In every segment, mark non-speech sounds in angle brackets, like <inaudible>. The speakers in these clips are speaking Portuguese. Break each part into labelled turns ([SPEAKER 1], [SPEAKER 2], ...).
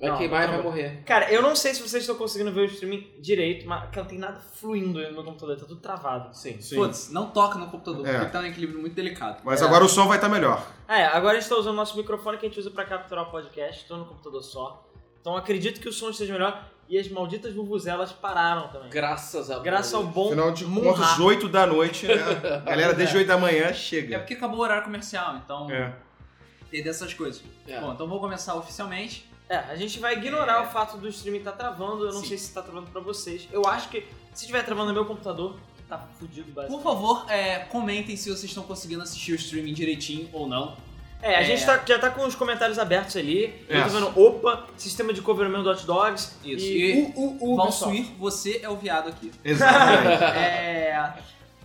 [SPEAKER 1] Vai
[SPEAKER 2] Não,
[SPEAKER 1] queimar e
[SPEAKER 2] tá
[SPEAKER 1] vai
[SPEAKER 2] bom.
[SPEAKER 1] morrer.
[SPEAKER 2] Cara, eu não sei se vocês estão conseguindo ver o streaming direito, mas que não tem nada fluindo no meu computador, tá tudo travado.
[SPEAKER 1] Sim.
[SPEAKER 3] Sim.
[SPEAKER 4] Putz, não toca no computador,
[SPEAKER 3] É.
[SPEAKER 4] porque tá num equilíbrio muito delicado.
[SPEAKER 3] Mas
[SPEAKER 2] É.
[SPEAKER 3] agora o som vai estar melhor.
[SPEAKER 2] Ah, É, agora a gente tá usando o nosso microfone que a gente usa pra capturar o podcast, tô no computador só. Então acredito que o som esteja melhor e as malditas vuvuzelas pararam também.
[SPEAKER 1] Graças a
[SPEAKER 2] Graças ao
[SPEAKER 1] Deus.
[SPEAKER 2] bom
[SPEAKER 3] Afinal de
[SPEAKER 2] mundo
[SPEAKER 3] contas,
[SPEAKER 2] rápido.
[SPEAKER 3] 8 da noite,
[SPEAKER 2] <laughs>
[SPEAKER 3] né? <laughs> Galera, desde 8 da manhã
[SPEAKER 4] É
[SPEAKER 3] chega.
[SPEAKER 4] porque acabou o horário comercial, então
[SPEAKER 3] É.
[SPEAKER 4] tem dessas coisas.
[SPEAKER 1] É.
[SPEAKER 4] Bom, então vou começar oficialmente.
[SPEAKER 2] É, a gente vai ignorar
[SPEAKER 4] É.
[SPEAKER 2] o fato do streaming tá travando, eu não
[SPEAKER 4] Sim.
[SPEAKER 2] sei se tá travando pra vocês. Eu acho que se tiver travando no meu computador, tá fudido basicamente.
[SPEAKER 4] Por favor, é, comentem se vocês estão conseguindo assistir o streaming direitinho ou não.
[SPEAKER 2] É, a
[SPEAKER 4] É.
[SPEAKER 2] gente tá- já tá com os comentários abertos ali. Eu tô
[SPEAKER 3] Isso.
[SPEAKER 2] vendo Opa, sistema de government do hot dogs.
[SPEAKER 4] Isso.
[SPEAKER 2] E,
[SPEAKER 4] E
[SPEAKER 2] u, u, u,
[SPEAKER 4] Val
[SPEAKER 2] pessoal.
[SPEAKER 4] Suir, você é o viado aqui.
[SPEAKER 3] Exatamente.
[SPEAKER 4] <laughs> É.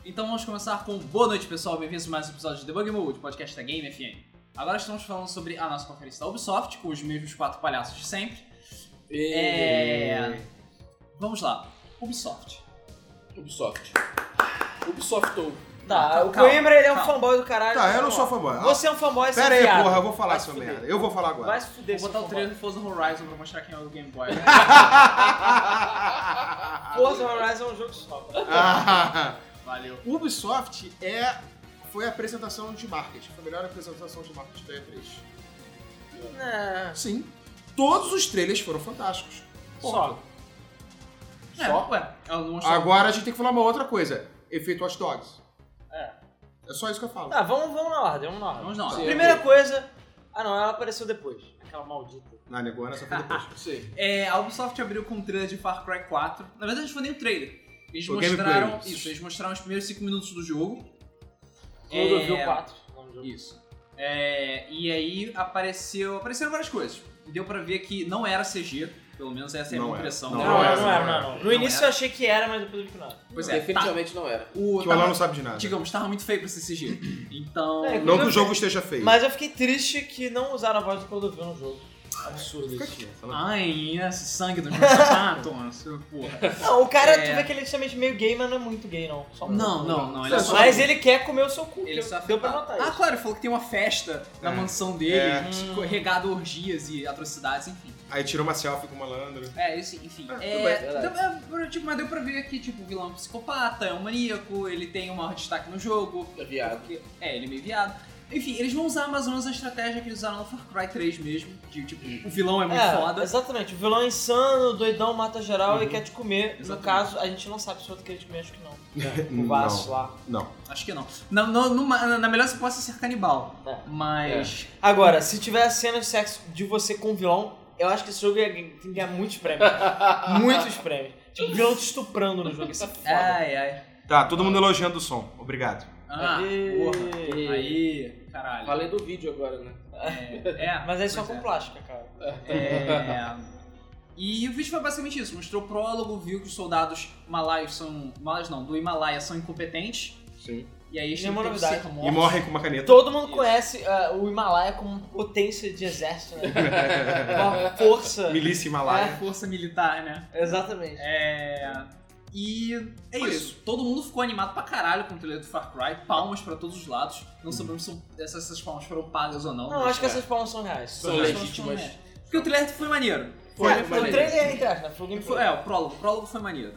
[SPEAKER 4] Então vamos começar com boa noite, pessoal. Bem-vindos a mais um episódio de Debug Mode, podcast da Game FM. Agora estamos falando sobre a nossa conferência da Ubisoft, com os mesmos quatro palhaços de sempre. É. Vamos lá. Ubisoft.
[SPEAKER 1] Ubisoft. Ubisoft ou.
[SPEAKER 2] Tá, o
[SPEAKER 4] Calma,
[SPEAKER 2] Coimbra ele é um
[SPEAKER 4] calma.
[SPEAKER 2] fanboy do caralho.
[SPEAKER 3] Tá, eu não
[SPEAKER 2] Vamos
[SPEAKER 3] sou
[SPEAKER 2] lá.
[SPEAKER 3] fanboy. Ah,
[SPEAKER 2] Você é um fanboy, você
[SPEAKER 3] Pera
[SPEAKER 2] é um
[SPEAKER 3] aí,
[SPEAKER 2] viado.
[SPEAKER 3] porra, eu vou falar
[SPEAKER 2] Vai se
[SPEAKER 3] essa
[SPEAKER 2] fuder.
[SPEAKER 3] merda. Eu vou falar agora.
[SPEAKER 2] Vai se fuder,
[SPEAKER 4] Vou
[SPEAKER 2] seu
[SPEAKER 4] botar o
[SPEAKER 2] fanboy.
[SPEAKER 4] trailer do Forza Horizon pra mostrar quem é o Game Boy.
[SPEAKER 5] <laughs>
[SPEAKER 3] <laughs>
[SPEAKER 2] Forza Horizon é um jogo só. cara.
[SPEAKER 3] Ah,
[SPEAKER 4] Valeu.
[SPEAKER 3] <laughs> Ubisoft é, foi a apresentação de marketing. Foi a melhor apresentação de marketing da E3.
[SPEAKER 2] Não,
[SPEAKER 3] Sim. Todos os trailers foram fantásticos.
[SPEAKER 2] Só.
[SPEAKER 4] É,
[SPEAKER 1] Só?
[SPEAKER 4] ué, ela não mostrou.
[SPEAKER 3] Agora a gente tem que falar uma outra coisa. Efeito Watch Dogs.
[SPEAKER 2] É.
[SPEAKER 3] É só isso que eu falo.
[SPEAKER 2] Tá, vamos, vamos na ordem, vamos na ordem.
[SPEAKER 4] Vamos não.
[SPEAKER 1] Sim.
[SPEAKER 2] Primeira coisa. Ah não, ela apareceu depois. Aquela maldita.
[SPEAKER 3] Na negona, só foi
[SPEAKER 2] Tá.
[SPEAKER 3] depois.
[SPEAKER 1] Sim.
[SPEAKER 4] É, a Ubisoft abriu com um trailer de Far Cry 4. Na verdade, não foi nem o trailer. Eles
[SPEAKER 3] Foi
[SPEAKER 4] mostraram.
[SPEAKER 3] gameplay.
[SPEAKER 4] Isso, eles mostraram os primeiros 5 minutos do jogo.
[SPEAKER 2] Clodovil
[SPEAKER 4] É,
[SPEAKER 2] 4. o nome do jogo.
[SPEAKER 4] Isso. É, e aí apareceu. Apareceram várias coisas. Deu pra ver que não era CG, pelo menos essa é a
[SPEAKER 3] Não
[SPEAKER 4] minha
[SPEAKER 3] era.
[SPEAKER 4] impressão.
[SPEAKER 3] Não,
[SPEAKER 2] Não,
[SPEAKER 3] era,
[SPEAKER 2] não, não
[SPEAKER 3] não
[SPEAKER 2] era,
[SPEAKER 3] era.
[SPEAKER 2] não. No
[SPEAKER 4] Não
[SPEAKER 2] início
[SPEAKER 4] era.
[SPEAKER 2] eu achei que era, mas depois vi que não era.
[SPEAKER 4] Pois é, tá.
[SPEAKER 1] Definitivamente não era.
[SPEAKER 4] O,
[SPEAKER 3] Que o
[SPEAKER 4] tava-
[SPEAKER 3] Alan não sabe de nada.
[SPEAKER 4] digamos, tava muito feio pra ser CG. Então.
[SPEAKER 2] É,
[SPEAKER 3] Não que o jogo esteja feio.
[SPEAKER 2] Mas eu fiquei triste que não usaram a voz do Clodovil no jogo. Absurdo
[SPEAKER 3] Fica
[SPEAKER 2] isso.
[SPEAKER 3] aqui, fala-
[SPEAKER 4] Ai, esse sangue
[SPEAKER 3] <laughs>
[SPEAKER 4] dos meus sapatos, mano, seu porra.
[SPEAKER 2] Não, o cara,
[SPEAKER 4] É.
[SPEAKER 2] tu vê que ele é justamente meio gay, mas não é muito gay, não. Só um pouco.
[SPEAKER 4] Não, não, não, ele é só.
[SPEAKER 2] Mas ele quer comer o seu cu.
[SPEAKER 4] Ele
[SPEAKER 2] Ele
[SPEAKER 4] só
[SPEAKER 2] deu pra
[SPEAKER 4] afetado.
[SPEAKER 2] notar
[SPEAKER 4] Ah,
[SPEAKER 2] isso.
[SPEAKER 4] claro, ele falou que tem uma festa na
[SPEAKER 3] É.
[SPEAKER 4] mansão dele,
[SPEAKER 3] É.
[SPEAKER 4] hum, regado orgias e atrocidades, enfim.
[SPEAKER 3] Aí tirou uma selfie com o malandro.
[SPEAKER 4] É, isso, enfim.
[SPEAKER 3] É,
[SPEAKER 4] É,
[SPEAKER 1] tudo bem, verdade.
[SPEAKER 4] então, é, tipo, mas deu pra ver que, tipo, o vilão é um psicopata, é um maníaco, ele tem um maior destaque no jogo.
[SPEAKER 1] É
[SPEAKER 4] <laughs>
[SPEAKER 1] viado.
[SPEAKER 4] Porque, é, ele é meio viado. Enfim, eles vão usar mais ou menos a estratégia que eles usaram no Far Cry 3 mesmo. De, tipo, o vilão é muito
[SPEAKER 2] É,
[SPEAKER 4] foda. Uhum.
[SPEAKER 2] Exatamente. O vilão é insano, doidão, mata geral e quer te comer. No
[SPEAKER 4] Exatamente.
[SPEAKER 2] caso, a gente não sabe se o outro queria te comer, acho que não.
[SPEAKER 3] Não.
[SPEAKER 2] O Vasco lá.
[SPEAKER 3] Não.
[SPEAKER 4] Acho que não. Na, no- numa- na melhor possa ser canibal.
[SPEAKER 2] É.
[SPEAKER 4] Mas.
[SPEAKER 2] Agora, se tiver a cena de sexo de você com o vilão, eu acho que esse jogo ia- tem que ganhar muitos prêmios.
[SPEAKER 4] <laughs>
[SPEAKER 2] muitos prêmios. Tipo, o vilão te estuprando no jogo. Isso é foda.
[SPEAKER 4] Ai, ai.
[SPEAKER 3] Tá, todo mundo elogiando o som. Obrigado.
[SPEAKER 4] Ah,
[SPEAKER 2] Aê.
[SPEAKER 4] porra. Aí, caralho.
[SPEAKER 1] Falei do vídeo agora, né?
[SPEAKER 4] É,
[SPEAKER 2] <laughs>
[SPEAKER 4] é,
[SPEAKER 2] Mas aí só
[SPEAKER 4] pois
[SPEAKER 2] com
[SPEAKER 4] é.
[SPEAKER 2] plástica, cara.
[SPEAKER 1] <laughs>
[SPEAKER 4] É. E o vídeo foi basicamente isso. Mostrou o prólogo, viu que os soldados malaios são. Malaios não, do Himalaia são incompetentes.
[SPEAKER 3] Sim.
[SPEAKER 4] E aí eles
[SPEAKER 2] Nenhuma
[SPEAKER 4] têm que ser
[SPEAKER 2] novidade.
[SPEAKER 3] E
[SPEAKER 4] mortos.
[SPEAKER 3] morrem com uma caneta.
[SPEAKER 2] Todo mundo
[SPEAKER 4] Isso.
[SPEAKER 2] conhece ah, o Himalaia como potência de exército, né? Uma
[SPEAKER 4] <laughs>
[SPEAKER 2] força.
[SPEAKER 3] <laughs> Milícia
[SPEAKER 4] É
[SPEAKER 3] Himalaia.
[SPEAKER 4] a força militar, né?
[SPEAKER 2] Exatamente.
[SPEAKER 4] É. E é
[SPEAKER 3] Foi
[SPEAKER 4] isso. Todo mundo ficou animado pra caralho com o trailer do Far Cry. Palmas pra todos os lados. Não sabemos se essas, essas palmas foram pagas ou não.
[SPEAKER 2] Não, acho que essas palmas são reais.
[SPEAKER 1] São
[SPEAKER 4] Mas-
[SPEAKER 1] legítimas.
[SPEAKER 4] Porque o trailer foi maneiro.
[SPEAKER 1] Foi,
[SPEAKER 2] é,
[SPEAKER 1] foi
[SPEAKER 2] o
[SPEAKER 1] maneiro.
[SPEAKER 2] trailer é entre aspas, né? Foi o
[SPEAKER 4] Ele
[SPEAKER 2] gameplay.
[SPEAKER 4] foi- é, o prólogo. O prólogo foi maneiro.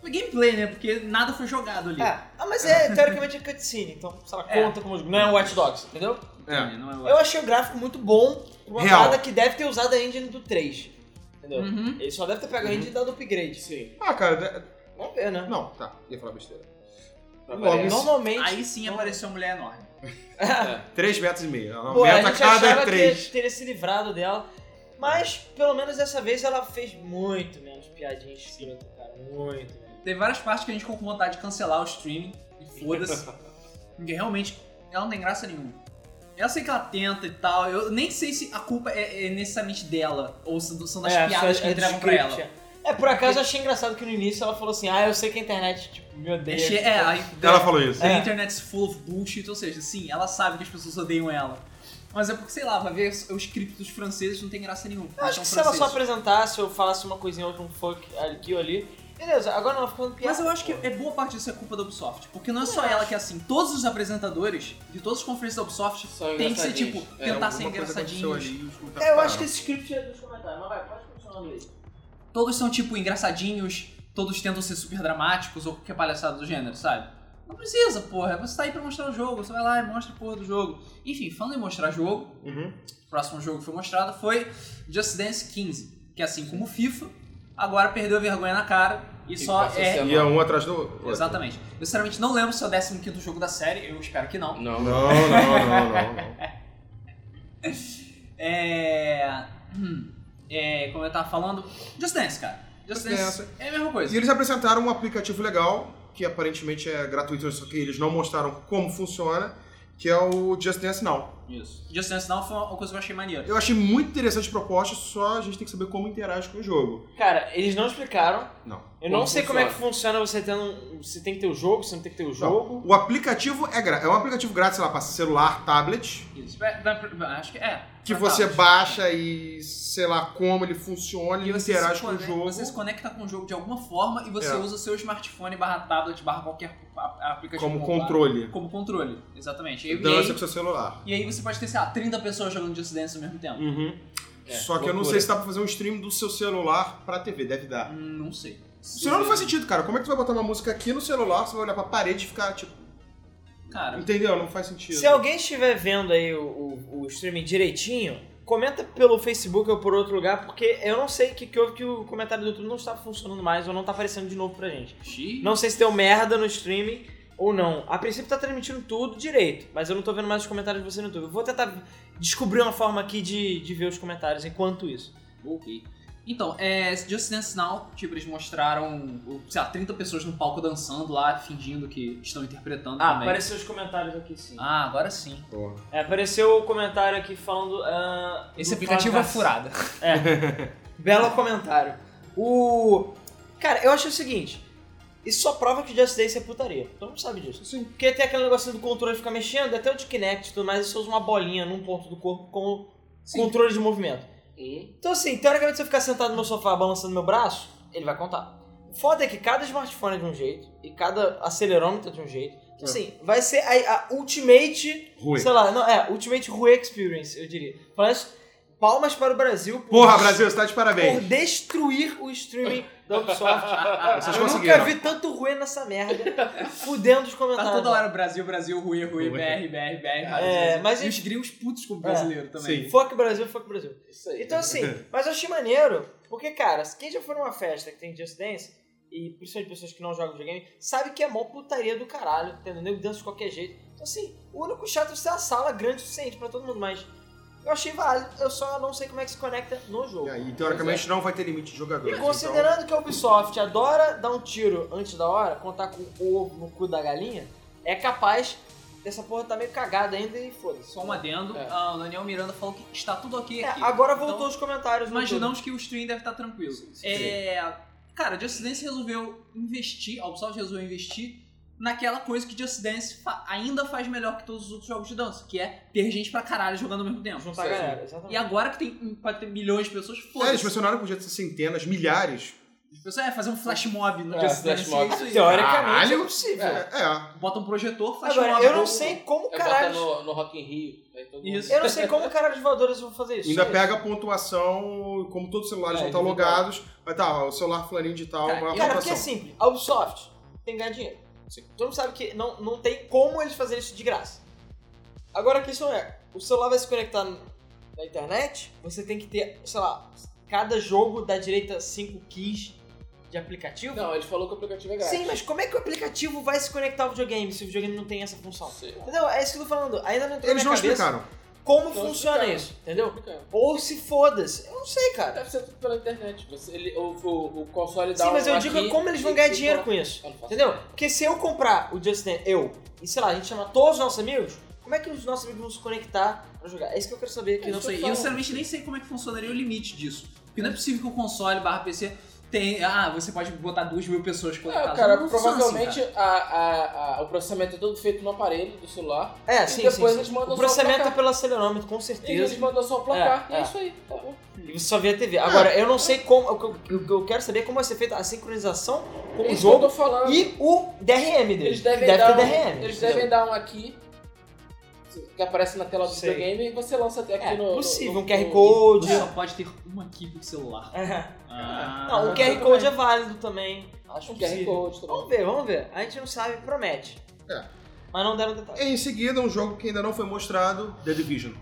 [SPEAKER 4] Foi gameplay, né? Porque nada foi jogado ali.
[SPEAKER 2] É. Ah, mas é, teoricamente é cutscene, então, sei lá,
[SPEAKER 4] É.
[SPEAKER 2] conta como jogo. Não é um Watch Dogs, entendeu?
[SPEAKER 3] É.
[SPEAKER 4] Não é
[SPEAKER 2] Eu achei o gráfico muito bom, uma
[SPEAKER 3] Real.
[SPEAKER 2] parada que deve ter usado a engine do 3, entendeu?
[SPEAKER 4] Uhum.
[SPEAKER 2] Ele só deve ter pego a engine e dado upgrade.
[SPEAKER 1] Sim.
[SPEAKER 3] Ah, cara, de-
[SPEAKER 2] Vamos ver, né?
[SPEAKER 3] não, tá, ia falar besteira.
[SPEAKER 1] Trabalhei.
[SPEAKER 3] Logo-
[SPEAKER 2] Normalmente... <laughs>
[SPEAKER 4] Aí sim apareceu a mulher enorme.
[SPEAKER 1] assim. É.
[SPEAKER 3] 3 metros e meio. Ela
[SPEAKER 2] Pô, a
[SPEAKER 3] aumenta
[SPEAKER 2] gente
[SPEAKER 3] cada
[SPEAKER 2] achava
[SPEAKER 3] três.
[SPEAKER 2] que teria se livrado dela. Mas, pelo menos dessa vez, ela fez muito menos piadinha escrota, cara. Muito menos.
[SPEAKER 4] Teve várias partes que a gente ficou com vontade de cancelar o streaming. E foda-se. Porque realmente, ela não tem graça nenhuma. Eu sei que ela tenta e tal. Eu nem sei se a culpa é, é necessariamente dela. Ou se do- são das piadas
[SPEAKER 2] só-
[SPEAKER 4] que
[SPEAKER 2] é
[SPEAKER 4] entregavam pra
[SPEAKER 2] script,
[SPEAKER 4] ela.
[SPEAKER 2] É, É, por acaso eu achei engraçado que no início ela falou assim: Ah, eu sei que a internet tipo, me odeia.
[SPEAKER 4] Achei- é, aí,
[SPEAKER 3] Ela falou isso.
[SPEAKER 4] The
[SPEAKER 2] É.
[SPEAKER 4] internet's full of bullshit, ou seja, sim, ela sabe que as pessoas odeiam ela. Mas é porque, sei lá, vai ver os, os scripts dos franceses não tem graça nenhuma. Então,
[SPEAKER 2] Eu acho que se ela só apresentasse ou falasse uma coisinha ou outra, um fuck aqui ou ali, beleza, agora ela ficando piada.
[SPEAKER 4] Mas eu acho que
[SPEAKER 2] pô.
[SPEAKER 4] é boa parte disso é culpa da Ubisoft. Porque não é só ela que é assim. Todos os apresentadores de todas as conferências da Ubisoft
[SPEAKER 1] São
[SPEAKER 4] tem que ser, tipo,
[SPEAKER 1] engraçadinhos. É,
[SPEAKER 4] tentar ser
[SPEAKER 3] alguma coisa aconteceu ali, os
[SPEAKER 4] engraçadinhos.
[SPEAKER 2] É, eu
[SPEAKER 3] contatos
[SPEAKER 2] acho que esse script é dos comentários, mas vai, pode falando isso.
[SPEAKER 4] Todos são, tipo, engraçadinhos, todos tentam ser super dramáticos ou qualquer palhaçada do gênero, sabe? Não precisa, porra. Você tá aí pra mostrar o jogo, você vai lá e mostra a porra do jogo. Enfim, falando em mostrar jogo,
[SPEAKER 3] Uhum.
[SPEAKER 4] o próximo jogo que foi mostrado foi Just Dance 15, que assim como FIFA, agora perdeu a vergonha na cara e, só
[SPEAKER 1] passa a
[SPEAKER 4] é.
[SPEAKER 1] ser
[SPEAKER 5] E é um atrás do outro.
[SPEAKER 4] Exatamente. Eu sinceramente não lembro se é o 15 jogo da série, eu espero que não.
[SPEAKER 1] um- Não.
[SPEAKER 5] Não, não, não, não. não.
[SPEAKER 4] É. hum, é, como eu tava falando, Just Dance, cara. Just,
[SPEAKER 5] Just
[SPEAKER 4] Dance,
[SPEAKER 5] Dance.
[SPEAKER 4] é a mesma
[SPEAKER 5] <laughs> E
[SPEAKER 4] coisa.
[SPEAKER 5] eles apresentaram um aplicativo legal, que aparentemente é gratuito, só que eles não mostraram como funciona, que é o Just Dance Now.
[SPEAKER 4] Isso. Just Dance não foi uma coisa que eu achei maneira.
[SPEAKER 5] Eu achei muito interessante a proposta, só a gente tem que saber como interage com o jogo.
[SPEAKER 2] Cara, eles não explicaram.
[SPEAKER 5] Não.
[SPEAKER 2] Eu
[SPEAKER 1] Como
[SPEAKER 2] não sei como é que funciona você tendo. um- Você tem que ter o jogo, você não tem que ter o jogo.
[SPEAKER 5] O aplicativo é, gra- é um aplicativo grátis, sei lá, para celular, tablet,
[SPEAKER 4] Isso. É, é, Acho que é.
[SPEAKER 5] que
[SPEAKER 4] Tá,
[SPEAKER 5] você
[SPEAKER 4] tá.
[SPEAKER 5] baixa e sei lá como ele funciona e,
[SPEAKER 4] E você
[SPEAKER 5] interage
[SPEAKER 4] se
[SPEAKER 5] com o
[SPEAKER 4] conecta-
[SPEAKER 5] jogo.
[SPEAKER 4] Você se conecta com o jogo de alguma forma e você
[SPEAKER 5] É.
[SPEAKER 4] usa seu smartphone barra tablet barra qualquer a- aplicativo.
[SPEAKER 5] Como
[SPEAKER 4] mobile.
[SPEAKER 5] controle. Então,
[SPEAKER 4] Como controle, exatamente. E, e
[SPEAKER 5] Dança
[SPEAKER 4] aí,
[SPEAKER 5] com seu celular.
[SPEAKER 4] e aí você pode ter, sei lá, 30 pessoas jogando Just Dance ao mesmo tempo.
[SPEAKER 1] É,
[SPEAKER 5] Uhum. Só que eu não
[SPEAKER 1] loucura.
[SPEAKER 5] sei se dá pra fazer um stream do seu celular pra TV, deve dar.
[SPEAKER 4] Hum, Não sei.
[SPEAKER 5] Senão não faz sentido, cara. Como é que tu vai botar uma música aqui no celular, você vai olhar pra parede e ficar, tipo,
[SPEAKER 4] Cara,
[SPEAKER 5] entendeu? Não faz sentido.
[SPEAKER 2] Se alguém estiver vendo aí o, o, o streaming direitinho, comenta pelo Facebook ou por outro lugar, porque eu não sei o que, que houve que o comentário do YouTube não está funcionando mais ou não está aparecendo de novo pra gente.
[SPEAKER 4] X.
[SPEAKER 2] Não sei se deu merda no streaming ou não. A princípio tá transmitindo tudo direito, mas eu não tô vendo mais os comentários de você no YouTube. Eu vou tentar descobrir uma forma aqui de, de ver os comentários enquanto isso.
[SPEAKER 4] Ok. Então, é, Just Dance Now, tipo, eles mostraram, o- sei lá, 30 pessoas no palco dançando lá, fingindo que estão interpretando
[SPEAKER 2] Ah,
[SPEAKER 4] também.
[SPEAKER 2] apareceu os comentários aqui sim.
[SPEAKER 4] Ah, agora sim.
[SPEAKER 2] É, apareceu o comentário aqui falando. ah,
[SPEAKER 4] Esse
[SPEAKER 2] do
[SPEAKER 4] aplicativo é
[SPEAKER 2] Flávio Garcia.
[SPEAKER 4] <laughs> furado.
[SPEAKER 2] Belo comentário. O. Cara, eu acho o seguinte. Isso só prova que o Just Dance é putaria. Todo mundo sabe disso.
[SPEAKER 5] Sim.
[SPEAKER 2] Porque tem aquele negocinho do controle ficar mexendo, até o de Kinect e tudo mais, você usa uma bolinha num ponto do corpo como
[SPEAKER 4] Sim.
[SPEAKER 2] controle de movimento.
[SPEAKER 1] Hum,
[SPEAKER 2] Então, assim, teoricamente, se eu ficar sentado no meu sofá balançando meu braço, ele vai contar. O foda é que cada smartphone é de um jeito e cada acelerômetro é de um jeito. Então, assim, vai ser a, a ultimate.
[SPEAKER 5] Ruim.
[SPEAKER 2] Sei lá, não, é, ultimate Rue Experience, eu diria. Mas, palmas para o Brasil por,
[SPEAKER 5] Porra, Brasil, você tá de
[SPEAKER 2] por
[SPEAKER 5] parabéns.
[SPEAKER 2] destruir o streaming da
[SPEAKER 4] Ah, <laughs>
[SPEAKER 2] Ubisoft.
[SPEAKER 5] Vocês
[SPEAKER 2] eu nunca
[SPEAKER 5] conseguiram.
[SPEAKER 2] vi tanto Rue nessa merda, fudendo os comentários.
[SPEAKER 4] Tá toda hora Brasil, Brasil, Rui, Rui,
[SPEAKER 5] Rui.
[SPEAKER 4] BR, BR, BR.
[SPEAKER 2] É, mas É,
[SPEAKER 4] e
[SPEAKER 2] enfim.
[SPEAKER 4] os gringos putos com o brasileiro também.
[SPEAKER 5] Sim.
[SPEAKER 2] Fuck Brasil, fuck Brasil.
[SPEAKER 1] é isso aí.
[SPEAKER 2] Então assim, mas eu achei maneiro, porque, cara, quem já foi numa festa que tem Just Dance, e principalmente pessoas que não jogam videogame, sabe que é mó putaria do caralho, entendeu? Nego dança de qualquer jeito. Então assim, o único chato é ser a sala grande o suficiente pra todo mundo, mas eu achei válido, eu só não sei como é que se conecta no jogo.
[SPEAKER 5] E aí, teoricamente, não vai ter limite de
[SPEAKER 2] é. E
[SPEAKER 5] jogadores. então-
[SPEAKER 2] considerando que a Ubisoft adora dar um tiro antes da hora, contar com o ovo no cu da galinha, é capaz dessa porra tá meio cagada ainda e foda-se.
[SPEAKER 4] Só um adendo,
[SPEAKER 1] É.
[SPEAKER 4] ah, o Daniel Miranda falou que está tudo ok
[SPEAKER 2] É,
[SPEAKER 4] aqui.
[SPEAKER 2] agora voltou
[SPEAKER 4] Então,
[SPEAKER 2] os comentários no YouTube.
[SPEAKER 4] Imaginamos que o stream deve estar tranquilo. É, cara, Just Dance resolveu investir, a Ubisoft resolveu investir naquela coisa que Just Dance fa- ainda faz melhor que todos os outros jogos de dança, que é ter gente pra caralho jogando ao mesmo tempo.
[SPEAKER 2] Juntar a galera, exatamente.
[SPEAKER 4] E agora que tem, hum, pode ter milhões de pessoas,
[SPEAKER 5] Então... É, eles
[SPEAKER 4] foda-se.
[SPEAKER 5] mencionaram que podia ser centenas, milhares.
[SPEAKER 4] As pessoas é fazer um flash mob no
[SPEAKER 1] É,
[SPEAKER 4] Just
[SPEAKER 1] flash
[SPEAKER 4] Dance,
[SPEAKER 1] mob.
[SPEAKER 4] é isso aí.
[SPEAKER 2] Teoricamente
[SPEAKER 5] Caralho.
[SPEAKER 2] é possível.
[SPEAKER 5] É, é.
[SPEAKER 4] Bota um projetor, flash
[SPEAKER 2] Agora,
[SPEAKER 4] mob.
[SPEAKER 2] eu não
[SPEAKER 4] bota-
[SPEAKER 2] sei como
[SPEAKER 1] Aí bota
[SPEAKER 2] caralho.
[SPEAKER 1] Ah, é no, no Rock in Rio. Aí todo mundo-
[SPEAKER 4] Isso.
[SPEAKER 2] Eu não sei como caralho voadores vão fazer isso.
[SPEAKER 5] ainda
[SPEAKER 2] Só
[SPEAKER 5] pega a pontuação, como todos os celulares
[SPEAKER 1] É,
[SPEAKER 5] vão estar
[SPEAKER 1] individual.
[SPEAKER 5] logados, vai estar ó, o celular flaninho de tal,
[SPEAKER 4] Cara,
[SPEAKER 5] maior
[SPEAKER 2] isso. Cara, porque
[SPEAKER 5] pontuação.
[SPEAKER 2] assim, a Ubisoft tem que ganhar dinheiro. Todo mundo sabe que não, não tem como eles fazerem isso de graça. Agora a questão é, o celular vai se conectar na internet, você tem que ter, sei lá, cada jogo dá direito a 5 keys de aplicativo.
[SPEAKER 1] Não, ele falou que o aplicativo é grátis.
[SPEAKER 2] Sim, mas como é que o aplicativo vai se conectar ao videogame se o videogame não tem essa função?
[SPEAKER 1] Sei.
[SPEAKER 2] Entendeu? É isso que eu tô falando. Ainda não entrou
[SPEAKER 5] Eles
[SPEAKER 2] na
[SPEAKER 5] não
[SPEAKER 2] minha cabeça
[SPEAKER 5] explicaram.
[SPEAKER 2] como
[SPEAKER 1] Não
[SPEAKER 2] funciona
[SPEAKER 1] explicaram.
[SPEAKER 2] isso, entendeu?
[SPEAKER 1] Complicado.
[SPEAKER 2] Ou se foda-se. Eu não sei, cara.
[SPEAKER 1] Ah, Deve ser tudo pela internet. Você, ele, o, o, o console dá
[SPEAKER 2] Sim, mas
[SPEAKER 1] um
[SPEAKER 2] eu digo
[SPEAKER 1] aqui,
[SPEAKER 2] como eles vão
[SPEAKER 1] e-
[SPEAKER 2] ganhar
[SPEAKER 1] e-
[SPEAKER 2] dinheiro com isso.
[SPEAKER 1] Eu não faço
[SPEAKER 2] Entendeu? Porque se eu comprar o Just Dance, eu, e sei lá, a gente chama todos os nossos amigos, como é que os nossos amigos vão se conectar pra jogar? É isso que eu quero saber aqui.
[SPEAKER 4] Eu não sei. Eu sinceramente nem sei como é que funcionaria o limite disso. Porque não é possível que o console barra PC tem. Ah, você pode botar duas mil pessoas conectadas.
[SPEAKER 1] Ah, cara,
[SPEAKER 4] Não funciona assim,
[SPEAKER 1] provavelmente é a- a- a- o processamento é todo feito no aparelho do celular.
[SPEAKER 2] É,
[SPEAKER 1] E
[SPEAKER 2] sim, sim,
[SPEAKER 1] depois
[SPEAKER 2] sim.
[SPEAKER 1] eles mandam
[SPEAKER 2] O processamento
[SPEAKER 1] só
[SPEAKER 2] é pelo acelerômetro, com
[SPEAKER 1] E eles
[SPEAKER 2] certeza.
[SPEAKER 1] mandam só placar.
[SPEAKER 2] É,
[SPEAKER 1] e é,
[SPEAKER 2] é.
[SPEAKER 1] isso aí, tá bom.
[SPEAKER 2] E você só vê a TV. Agora, eu não sei como. O que eu- o que eu quero saber é como vai ser feita a sincronização com
[SPEAKER 1] É
[SPEAKER 2] o
[SPEAKER 1] isso que eu
[SPEAKER 2] jogo
[SPEAKER 1] tô falando.
[SPEAKER 2] e o DRM deles.
[SPEAKER 1] eles devem,
[SPEAKER 2] Deve
[SPEAKER 1] dar
[SPEAKER 2] ter
[SPEAKER 1] um,
[SPEAKER 2] DRM.
[SPEAKER 1] eles
[SPEAKER 2] entendeu?
[SPEAKER 1] devem dar um aqui. que aparece na tela do
[SPEAKER 2] Sei.
[SPEAKER 1] videogame e você lança até aqui
[SPEAKER 2] É
[SPEAKER 1] no. no-
[SPEAKER 2] possível,
[SPEAKER 1] no-
[SPEAKER 2] um QR
[SPEAKER 1] no-
[SPEAKER 2] Code.
[SPEAKER 4] Você só pode ter uma aqui pro celular.
[SPEAKER 2] É.
[SPEAKER 4] Ah,
[SPEAKER 2] <laughs> Não, o
[SPEAKER 1] que-
[SPEAKER 2] QR Code é válido também. Acho
[SPEAKER 1] Um QR
[SPEAKER 2] possível.
[SPEAKER 1] Code também.
[SPEAKER 2] Vamos ver, vamos ver. A gente não sabe, promete.
[SPEAKER 5] É.
[SPEAKER 2] Mas não deram detalhes.
[SPEAKER 5] Em seguida, um jogo que ainda não foi mostrado, The Division.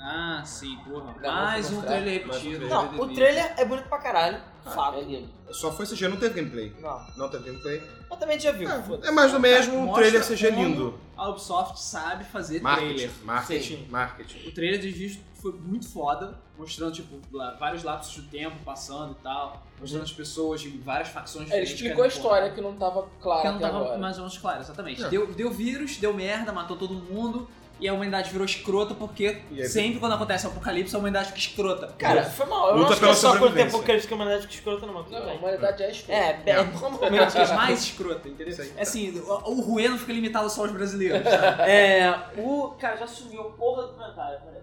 [SPEAKER 4] Ah, sim, porra.
[SPEAKER 1] Dá
[SPEAKER 4] Mais
[SPEAKER 1] pra
[SPEAKER 4] um
[SPEAKER 1] é- mostrar.
[SPEAKER 4] trailer
[SPEAKER 5] Mais um
[SPEAKER 4] repetido.
[SPEAKER 5] trailer.
[SPEAKER 2] Não, o trailer é bonito pra caralho.
[SPEAKER 1] É
[SPEAKER 2] Fato.
[SPEAKER 1] lindo.
[SPEAKER 5] Só foi CG, não teve gameplay.
[SPEAKER 2] Não.
[SPEAKER 5] Não teve gameplay.
[SPEAKER 2] Mas também a gente já viu. foda-se.
[SPEAKER 5] É, é mais do mesmo, um
[SPEAKER 4] Mostra
[SPEAKER 5] trailer CG
[SPEAKER 4] como-
[SPEAKER 5] lindo.
[SPEAKER 4] A Ubisoft sabe fazer
[SPEAKER 5] Marketing,
[SPEAKER 4] trailer.
[SPEAKER 5] marketing,
[SPEAKER 2] Sim.
[SPEAKER 5] marketing.
[SPEAKER 4] O trailer de vídeo foi muito foda, mostrando, tipo, lá- vários lapsos do tempo passando e tal, mostrando as pessoas de várias facções
[SPEAKER 1] É, ele
[SPEAKER 4] diferentes.
[SPEAKER 1] explicou a
[SPEAKER 4] caindo porrada.
[SPEAKER 1] história que não tava clara
[SPEAKER 4] Que não
[SPEAKER 1] até
[SPEAKER 4] tava
[SPEAKER 1] agora.
[SPEAKER 4] mais ou menos claro, exatamente.
[SPEAKER 5] É.
[SPEAKER 4] Deu, deu vírus, deu merda, matou todo mundo, e a humanidade virou escrota, porque
[SPEAKER 5] E aí-
[SPEAKER 4] sempre quando acontece um apocalipse, a humanidade fica escrota.
[SPEAKER 2] Cara, foi mal. Eu
[SPEAKER 5] Luta
[SPEAKER 2] não acho que é
[SPEAKER 5] pela
[SPEAKER 2] só quando tem
[SPEAKER 5] sobrevivência.
[SPEAKER 2] apocalipse que a humanidade fica escrota, não, mas tudo
[SPEAKER 1] Não, a
[SPEAKER 2] bem.
[SPEAKER 1] humanidade é escura.
[SPEAKER 2] É, é, é <laughs> normalmente.
[SPEAKER 4] Humanidade mais escrota, entendeu?
[SPEAKER 5] Isso aí.
[SPEAKER 4] É assim, o, o Ruê não fica limitado só aos brasileiros. sabe?
[SPEAKER 2] É, o. Cara, já sumiu a porra do comentário, peraí.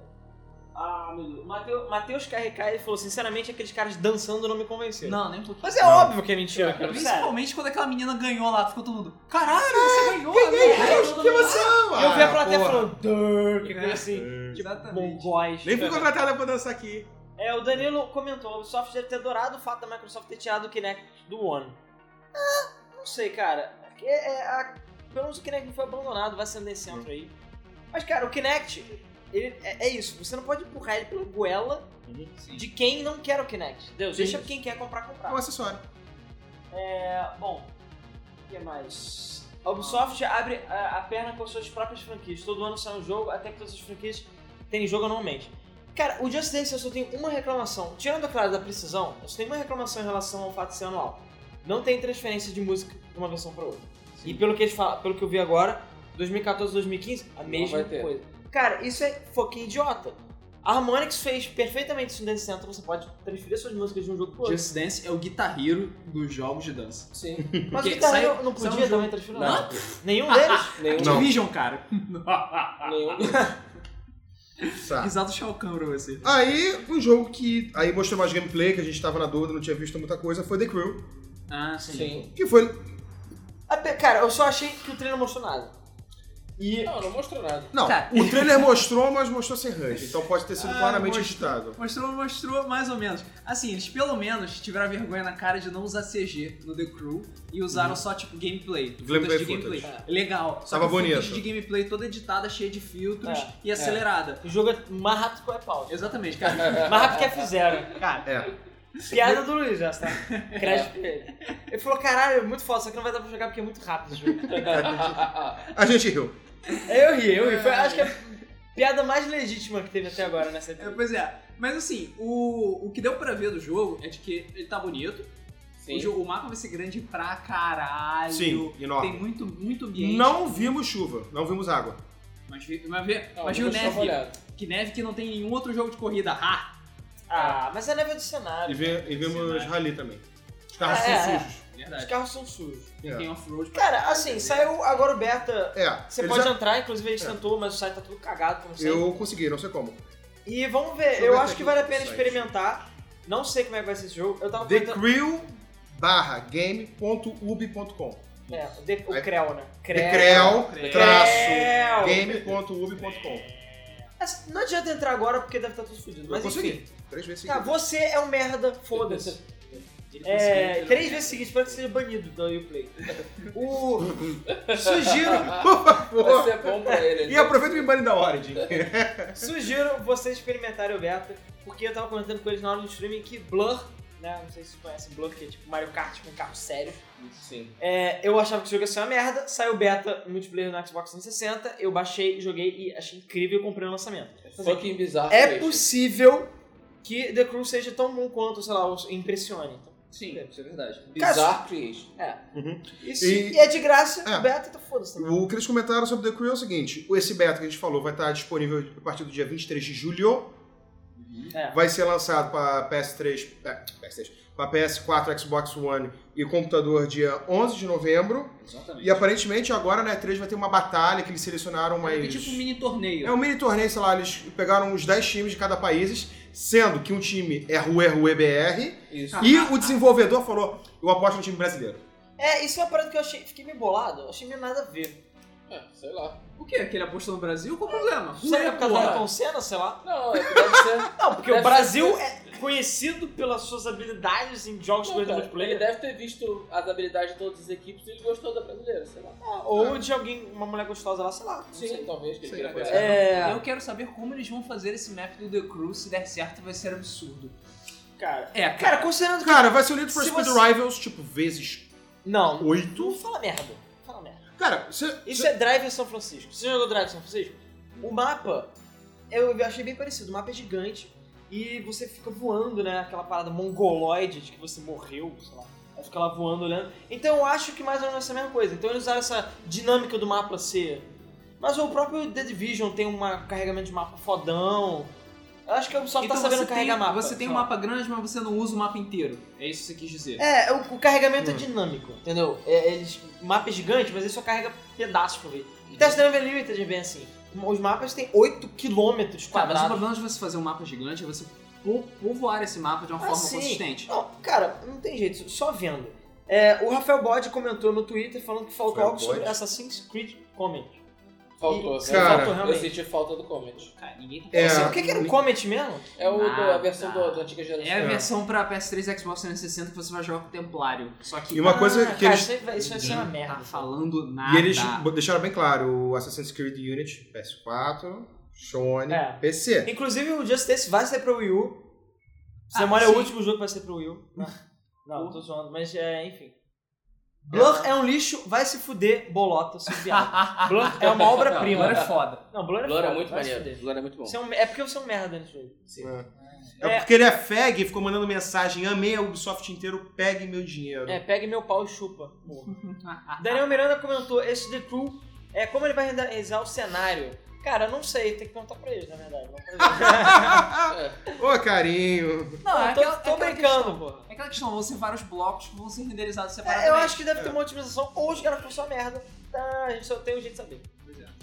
[SPEAKER 2] Ah, meu Deus. Mateu- Matheus KRK ele falou: sinceramente, aqueles caras dançando não me convenceram.
[SPEAKER 4] não, nem um pouquinho.
[SPEAKER 2] Mas é
[SPEAKER 5] Não.
[SPEAKER 2] óbvio que é mentira, cara. Sério.
[SPEAKER 4] Principalmente quando aquela menina ganhou lá, ficou todo mundo. Caralho, você ganhou! né?" Ganhei,
[SPEAKER 5] Que emoção!
[SPEAKER 2] E é eu vi a
[SPEAKER 5] Ah,
[SPEAKER 2] plateia
[SPEAKER 5] porra. Hum.
[SPEAKER 2] falando, "Durr", que coisa
[SPEAKER 4] É.
[SPEAKER 2] assim. Tipo,
[SPEAKER 4] Exatamente.
[SPEAKER 2] mongóis.
[SPEAKER 5] Nem fui contratada pra dançar aqui.
[SPEAKER 2] É, o Danilo comentou, a Ubisoft deve ter adorado o fato da Microsoft ter tirado o Kinect do One. Ah, não sei, cara. É- é- a- pelo menos o Kinect não foi abandonado, vai sendo nesse centro aí. Mas, cara, o Kinect, ele- é, é isso. Você não pode empurrar ele pela goela
[SPEAKER 4] Sim.
[SPEAKER 2] de quem não quer o Kinect. Deus,
[SPEAKER 5] Sim.
[SPEAKER 2] deixa quem quer comprar,
[SPEAKER 5] É um
[SPEAKER 2] comprar.
[SPEAKER 5] acessório.
[SPEAKER 2] É, bom, o que mais? A Ubisoft abre a, a perna com suas próprias franquias. Todo ano sai um jogo, até que todas as franquias têm jogo anualmente. Cara, o Just Dance eu só tenho uma reclamação. Tirando, é claro, da precisão, eu só tenho uma reclamação em relação ao fato de ser anual. Não tem transferência de música de uma versão para outra. E pelo que, eles falam, pelo que eu vi agora, 2014, 2015, a mesma
[SPEAKER 1] vai ter.
[SPEAKER 2] coisa. Cara, isso é fucking idiota. A Harmonix fez perfeitamente isso no Dance Central. Você pode transferir suas músicas de um jogo pro outro.
[SPEAKER 4] Just Dance é o guitarreiro dos jogos de dança.
[SPEAKER 1] Sim.
[SPEAKER 2] Mas o
[SPEAKER 4] Porque
[SPEAKER 2] guitarreiro
[SPEAKER 4] sai-
[SPEAKER 2] não
[SPEAKER 4] sai um
[SPEAKER 2] podia
[SPEAKER 4] jogo-
[SPEAKER 2] também
[SPEAKER 1] Não.
[SPEAKER 2] transferir nada. Nenhum deles. <laughs>
[SPEAKER 1] Nenhum.
[SPEAKER 5] Não.
[SPEAKER 4] Division, cara. <laughs>
[SPEAKER 1] Nenhum.
[SPEAKER 5] Tá.
[SPEAKER 4] Exato Shao Kahn pra você.
[SPEAKER 5] Aí, um jogo que aí mostrou mais gameplay, que a gente tava na dúvida, não tinha visto muita coisa, foi The Crew.
[SPEAKER 4] Ah,
[SPEAKER 1] Sim.
[SPEAKER 5] Que foi.
[SPEAKER 2] Ah, pe- Cara, eu só achei que o trailer não mostrou nada.
[SPEAKER 5] E.
[SPEAKER 1] Não, não mostrou nada.
[SPEAKER 5] Não,
[SPEAKER 4] Tá.
[SPEAKER 5] o trailer mostrou, mas mostrou sem HUD. Então pode ter sido
[SPEAKER 4] Ah,
[SPEAKER 5] claramente
[SPEAKER 4] mostrou.
[SPEAKER 5] editado.
[SPEAKER 4] Mostrou, mostrou, mais ou menos. Assim, eles pelo menos tiveram vergonha na cara de não usar CG no The Crew e usaram só, tipo, gameplay.
[SPEAKER 5] Uhum. Gameplay
[SPEAKER 4] footage de
[SPEAKER 5] footage.
[SPEAKER 4] gameplay.
[SPEAKER 2] É.
[SPEAKER 4] Legal. Só
[SPEAKER 5] Tava
[SPEAKER 4] que footage
[SPEAKER 5] bonito.
[SPEAKER 4] de gameplay toda editada, cheia de filtros
[SPEAKER 2] É,
[SPEAKER 4] e acelerada.
[SPEAKER 2] O jogo é mais rápido que o iPod.
[SPEAKER 4] Exatamente, cara.
[SPEAKER 2] <laughs> Mais rápido que a fizeram. Cara,
[SPEAKER 5] É.
[SPEAKER 2] piada do Luiz já, <laughs> tá? Crédito pra ele. Ele falou, caralho, é muito foda, só que não vai dar pra jogar porque é muito rápido o jogo.
[SPEAKER 5] A gente riu.
[SPEAKER 2] <laughs> Eu ri, eu ri. Foi, acho que é a <laughs> piada mais legítima que teve até agora nessa
[SPEAKER 4] É,
[SPEAKER 2] época.
[SPEAKER 4] Pois é. Mas assim, o, o que deu pra ver do jogo é de que ele tá bonito.
[SPEAKER 1] <laughs> Sim.
[SPEAKER 4] O, jogo- o mapa vai ser grande pra caralho.
[SPEAKER 5] Sim,
[SPEAKER 4] Tem
[SPEAKER 5] enorme.
[SPEAKER 4] muito, muito ambiente.
[SPEAKER 5] Não vimos chuva, não vimos água.
[SPEAKER 4] Mas, vi- mas, vi-
[SPEAKER 1] Não,
[SPEAKER 4] mas
[SPEAKER 1] não
[SPEAKER 4] viu
[SPEAKER 1] mostrou
[SPEAKER 4] neve.
[SPEAKER 1] molhado.
[SPEAKER 4] Que neve que não tem nenhum outro jogo de corrida. Ah!
[SPEAKER 2] Ah, mas é nível de
[SPEAKER 5] E,
[SPEAKER 2] cenário.
[SPEAKER 5] vi- e vimos
[SPEAKER 4] Sim,
[SPEAKER 5] rally também. Os carros
[SPEAKER 2] É,
[SPEAKER 5] são
[SPEAKER 2] é.
[SPEAKER 5] sujos.
[SPEAKER 2] Os
[SPEAKER 4] Verdade.
[SPEAKER 2] carros são sujos.
[SPEAKER 4] Tem um- off-road pra
[SPEAKER 2] É.
[SPEAKER 4] né?
[SPEAKER 2] Cara, assim, saiu agora o beta.
[SPEAKER 5] É.
[SPEAKER 2] Você
[SPEAKER 5] eles
[SPEAKER 2] pode
[SPEAKER 5] já-
[SPEAKER 2] entrar, inclusive a gente tentou, mas o site tá tudo cagado, como sempre.
[SPEAKER 5] Eu consegui, não sei como.
[SPEAKER 2] E vamos
[SPEAKER 5] Deixa
[SPEAKER 2] ver,
[SPEAKER 5] eu
[SPEAKER 2] eu
[SPEAKER 5] ver
[SPEAKER 2] acho
[SPEAKER 5] aqui
[SPEAKER 2] que vale a pena
[SPEAKER 5] o site.
[SPEAKER 2] experimentar. Não sei como é que vai ser esse jogo. Eu
[SPEAKER 4] Então,
[SPEAKER 2] tava
[SPEAKER 5] The
[SPEAKER 2] comentando.
[SPEAKER 5] Crew barra game.ub.com.
[SPEAKER 2] É, o, de,
[SPEAKER 5] Aí-
[SPEAKER 2] o Creu, né?
[SPEAKER 5] The Creu,
[SPEAKER 4] Creu.
[SPEAKER 5] traço
[SPEAKER 2] Creu.
[SPEAKER 5] game.ub.com.
[SPEAKER 2] Mas Não adianta entrar agora porque deve estar tudo fodido.
[SPEAKER 5] Eu
[SPEAKER 2] Mas enfim.
[SPEAKER 5] consegui. Três
[SPEAKER 4] Tá
[SPEAKER 5] vezes
[SPEAKER 2] Cara,
[SPEAKER 5] seguidas.
[SPEAKER 2] você é um merda, foda-se.
[SPEAKER 4] Ele
[SPEAKER 2] É,
[SPEAKER 4] conseguiu-
[SPEAKER 2] três vezes seguidas, espero que seja banido da Uplay. O.
[SPEAKER 4] <laughs>
[SPEAKER 5] Ah,
[SPEAKER 2] Sugiro,
[SPEAKER 1] Vai ser bom pra ele.
[SPEAKER 5] E aproveita o embane da Origin.
[SPEAKER 2] sugiro vocês experimentarem o beta, porque eu tava comentando com eles na hora do streaming que Blur, né? Não sei se vocês conhecem Blur, que é tipo Mario Kart com carro sério.
[SPEAKER 1] Sim.
[SPEAKER 2] É, eu achava que esse jogo ia ser uma merda, saiu beta multiplayer no Xbox 360, eu baixei, joguei e achei incrível e comprei no lançamento.
[SPEAKER 1] Fucking bizarro.
[SPEAKER 2] É
[SPEAKER 1] mesmo.
[SPEAKER 2] possível que The Crew seja tão bom quanto, sei lá, os impressione. Então,
[SPEAKER 4] Sim, isso é verdade.
[SPEAKER 1] Bizarro Creation.
[SPEAKER 2] Isso,
[SPEAKER 5] E-
[SPEAKER 2] e... é de graça,
[SPEAKER 5] É.
[SPEAKER 2] beta, então foda-se também.
[SPEAKER 5] O que eles comentaram sobre The Crew é o seguinte: esse beta que a gente falou vai estar disponível a partir do dia 23 de julho.
[SPEAKER 2] É.
[SPEAKER 5] Vai ser lançado para PS3, é, PS3 para PS4, Xbox One e computador dia 11 de novembro.
[SPEAKER 4] Exatamente.
[SPEAKER 5] E aparentemente agora na E3 vai ter uma batalha que eles selecionaram mais.
[SPEAKER 4] É tipo um mini torneio.
[SPEAKER 5] É um mini torneio, sei lá, eles pegaram os 10 times de cada país, sendo que um time é Rue Rue BR,
[SPEAKER 1] Isso.
[SPEAKER 5] e o desenvolvedor falou: eu aposto no time brasileiro.
[SPEAKER 2] É, isso é uma parada que eu achei, fiquei meio bolado, eu achei meio nada a ver.
[SPEAKER 1] É, sei lá.
[SPEAKER 4] um- O quê? Que ele apostou no Brasil? Qual o problema?
[SPEAKER 2] Será que é por causa do
[SPEAKER 4] porra.
[SPEAKER 2] Ayrton Senna, sei lá?
[SPEAKER 1] Não, é que deve ser.
[SPEAKER 2] Não, porque
[SPEAKER 1] Deve
[SPEAKER 2] o Brasil é conhecido pelas suas habilidades em jogos
[SPEAKER 1] Não,
[SPEAKER 2] de corrida
[SPEAKER 1] cara, ele
[SPEAKER 2] multiplayer.
[SPEAKER 1] deve ter visto as habilidades de todas as equipes e ele gostou da brasileira, sei lá.
[SPEAKER 2] Ah, Ou de alguém, uma mulher gostosa lá, sei lá. não
[SPEAKER 1] Sim,
[SPEAKER 2] sei.
[SPEAKER 1] talvez que ele
[SPEAKER 5] Sim,
[SPEAKER 1] queira
[SPEAKER 5] pode
[SPEAKER 1] fazer.
[SPEAKER 5] ser.
[SPEAKER 2] É,
[SPEAKER 4] Eu quero saber como eles vão fazer esse map do The Crew. Se der certo, vai ser absurdo.
[SPEAKER 2] cara.
[SPEAKER 4] É, cara.
[SPEAKER 2] Cara, considerando que.
[SPEAKER 5] Cara, vai ser o Need for
[SPEAKER 2] Se
[SPEAKER 5] Speed
[SPEAKER 2] você-
[SPEAKER 5] Rivals, tipo, vezes
[SPEAKER 2] Não,
[SPEAKER 5] 8.
[SPEAKER 2] tu fala merda. Fala merda.
[SPEAKER 5] Cara, você.
[SPEAKER 2] Isso é Drive em São Francisco. Você jogou Drive em São Francisco? O mapa, eu achei bem parecido. O mapa é gigante e você fica voando, né? Aquela parada mongoloide de que você morreu, sei lá. Aí fica lá voando, olhando. Então eu acho que mais ou menos essa mesma coisa. Então eles usaram essa dinâmica do mapa ser... Mas o próprio The Division tem um carregamento de mapa fodão. Eu acho que o Ubisoft tá sabendo
[SPEAKER 4] então você
[SPEAKER 2] carregar
[SPEAKER 4] tem,
[SPEAKER 2] mapa.
[SPEAKER 4] Você tem um
[SPEAKER 2] sei lá.
[SPEAKER 4] mapa grande, mas você não usa o mapa inteiro. É isso que você quis dizer.
[SPEAKER 2] É, o, o carregamento
[SPEAKER 5] Hum.
[SPEAKER 2] é dinâmico, entendeu? É, eles, o mapa é gigante, mas ele só carrega pedaços por vez.
[SPEAKER 4] Então, tá,
[SPEAKER 2] Test Drive Unlimited é bem assim. Os mapas têm 8 km
[SPEAKER 4] Tá, mas o
[SPEAKER 2] quadrados.
[SPEAKER 4] problema de você fazer um mapa gigante é você po- povoar esse mapa de uma
[SPEAKER 2] Ah,
[SPEAKER 4] forma
[SPEAKER 2] sim.
[SPEAKER 4] consistente.
[SPEAKER 2] Não, cara, não tem jeito, só vendo. É, o Rafael Bode comentou no Twitter falando que faltou
[SPEAKER 5] Rafael
[SPEAKER 2] algo sobre
[SPEAKER 5] Bode?
[SPEAKER 2] Assassin's Creed Comet.
[SPEAKER 1] Faltou,
[SPEAKER 2] E-
[SPEAKER 1] né?
[SPEAKER 5] Cara,
[SPEAKER 2] faltou
[SPEAKER 1] eu
[SPEAKER 2] realmente.
[SPEAKER 1] senti falta do Comet.
[SPEAKER 4] Cara, ninguém tá
[SPEAKER 5] É.
[SPEAKER 2] Assim, o que, que era o Comet mesmo?
[SPEAKER 1] É o, do-
[SPEAKER 4] Ah,
[SPEAKER 1] a versão
[SPEAKER 4] tá.
[SPEAKER 1] do, da antiga geração.
[SPEAKER 4] É a versão pra PS3 e Xbox 360 que você vai jogar com o Templário. Só que
[SPEAKER 5] E uma
[SPEAKER 2] Ah,
[SPEAKER 5] coisa que
[SPEAKER 2] cara,
[SPEAKER 5] eles- Hum.
[SPEAKER 2] isso, aí vai- isso vai ser uma
[SPEAKER 4] ninguém
[SPEAKER 2] merda.
[SPEAKER 4] tá falando nada.
[SPEAKER 5] E eles deixaram bem claro: o Assassin's Creed Unity, PS4, Sony,
[SPEAKER 2] É.
[SPEAKER 5] PC.
[SPEAKER 2] Inclusive, o Just Dance vai ser pro Wii U.
[SPEAKER 4] Ah,
[SPEAKER 2] Semana é o
[SPEAKER 4] sim.
[SPEAKER 2] último jogo que vai ser pro Wii U. né? Não, tô zoando, mas é, enfim. Blur é um lixo, vai se fuder, bolota, seu
[SPEAKER 4] <laughs>
[SPEAKER 2] viado. Blur é uma obra-prima.
[SPEAKER 4] Agora é foda.
[SPEAKER 2] Não, Blur é,
[SPEAKER 1] Glória é
[SPEAKER 2] foda,
[SPEAKER 1] muito
[SPEAKER 2] vai se
[SPEAKER 1] maneiro.
[SPEAKER 2] fuder.
[SPEAKER 1] Glória é muito bom.
[SPEAKER 2] Você é, um- é porque você é um merda nesse jogo.
[SPEAKER 5] É.
[SPEAKER 2] É.
[SPEAKER 5] porque ele é fag e ficou mandando mensagem: amei a Ubisoft inteiro, pegue meu dinheiro.
[SPEAKER 2] É, pegue meu pau e chupa. Morra. Daniel Miranda comentou, esse The Crew, é, como ele vai realizar o cenário? Cara, eu não sei, tem que perguntar pra ele, na verdade. Não, <laughs> pra
[SPEAKER 1] É.
[SPEAKER 5] Ô, carinho.
[SPEAKER 4] Não, é
[SPEAKER 2] ele.
[SPEAKER 4] aquela,
[SPEAKER 2] Eu tô, tô
[SPEAKER 4] é aquela
[SPEAKER 2] brincando,
[SPEAKER 4] questão.
[SPEAKER 2] porra.
[SPEAKER 4] É aquela questão, vão ser vários blocos que vão ser renderizados
[SPEAKER 2] É,
[SPEAKER 4] separadamente.
[SPEAKER 2] eu acho que deve ter uma otimização, ou os caras com sua merda. Ah, a gente só tem um jeito de saber.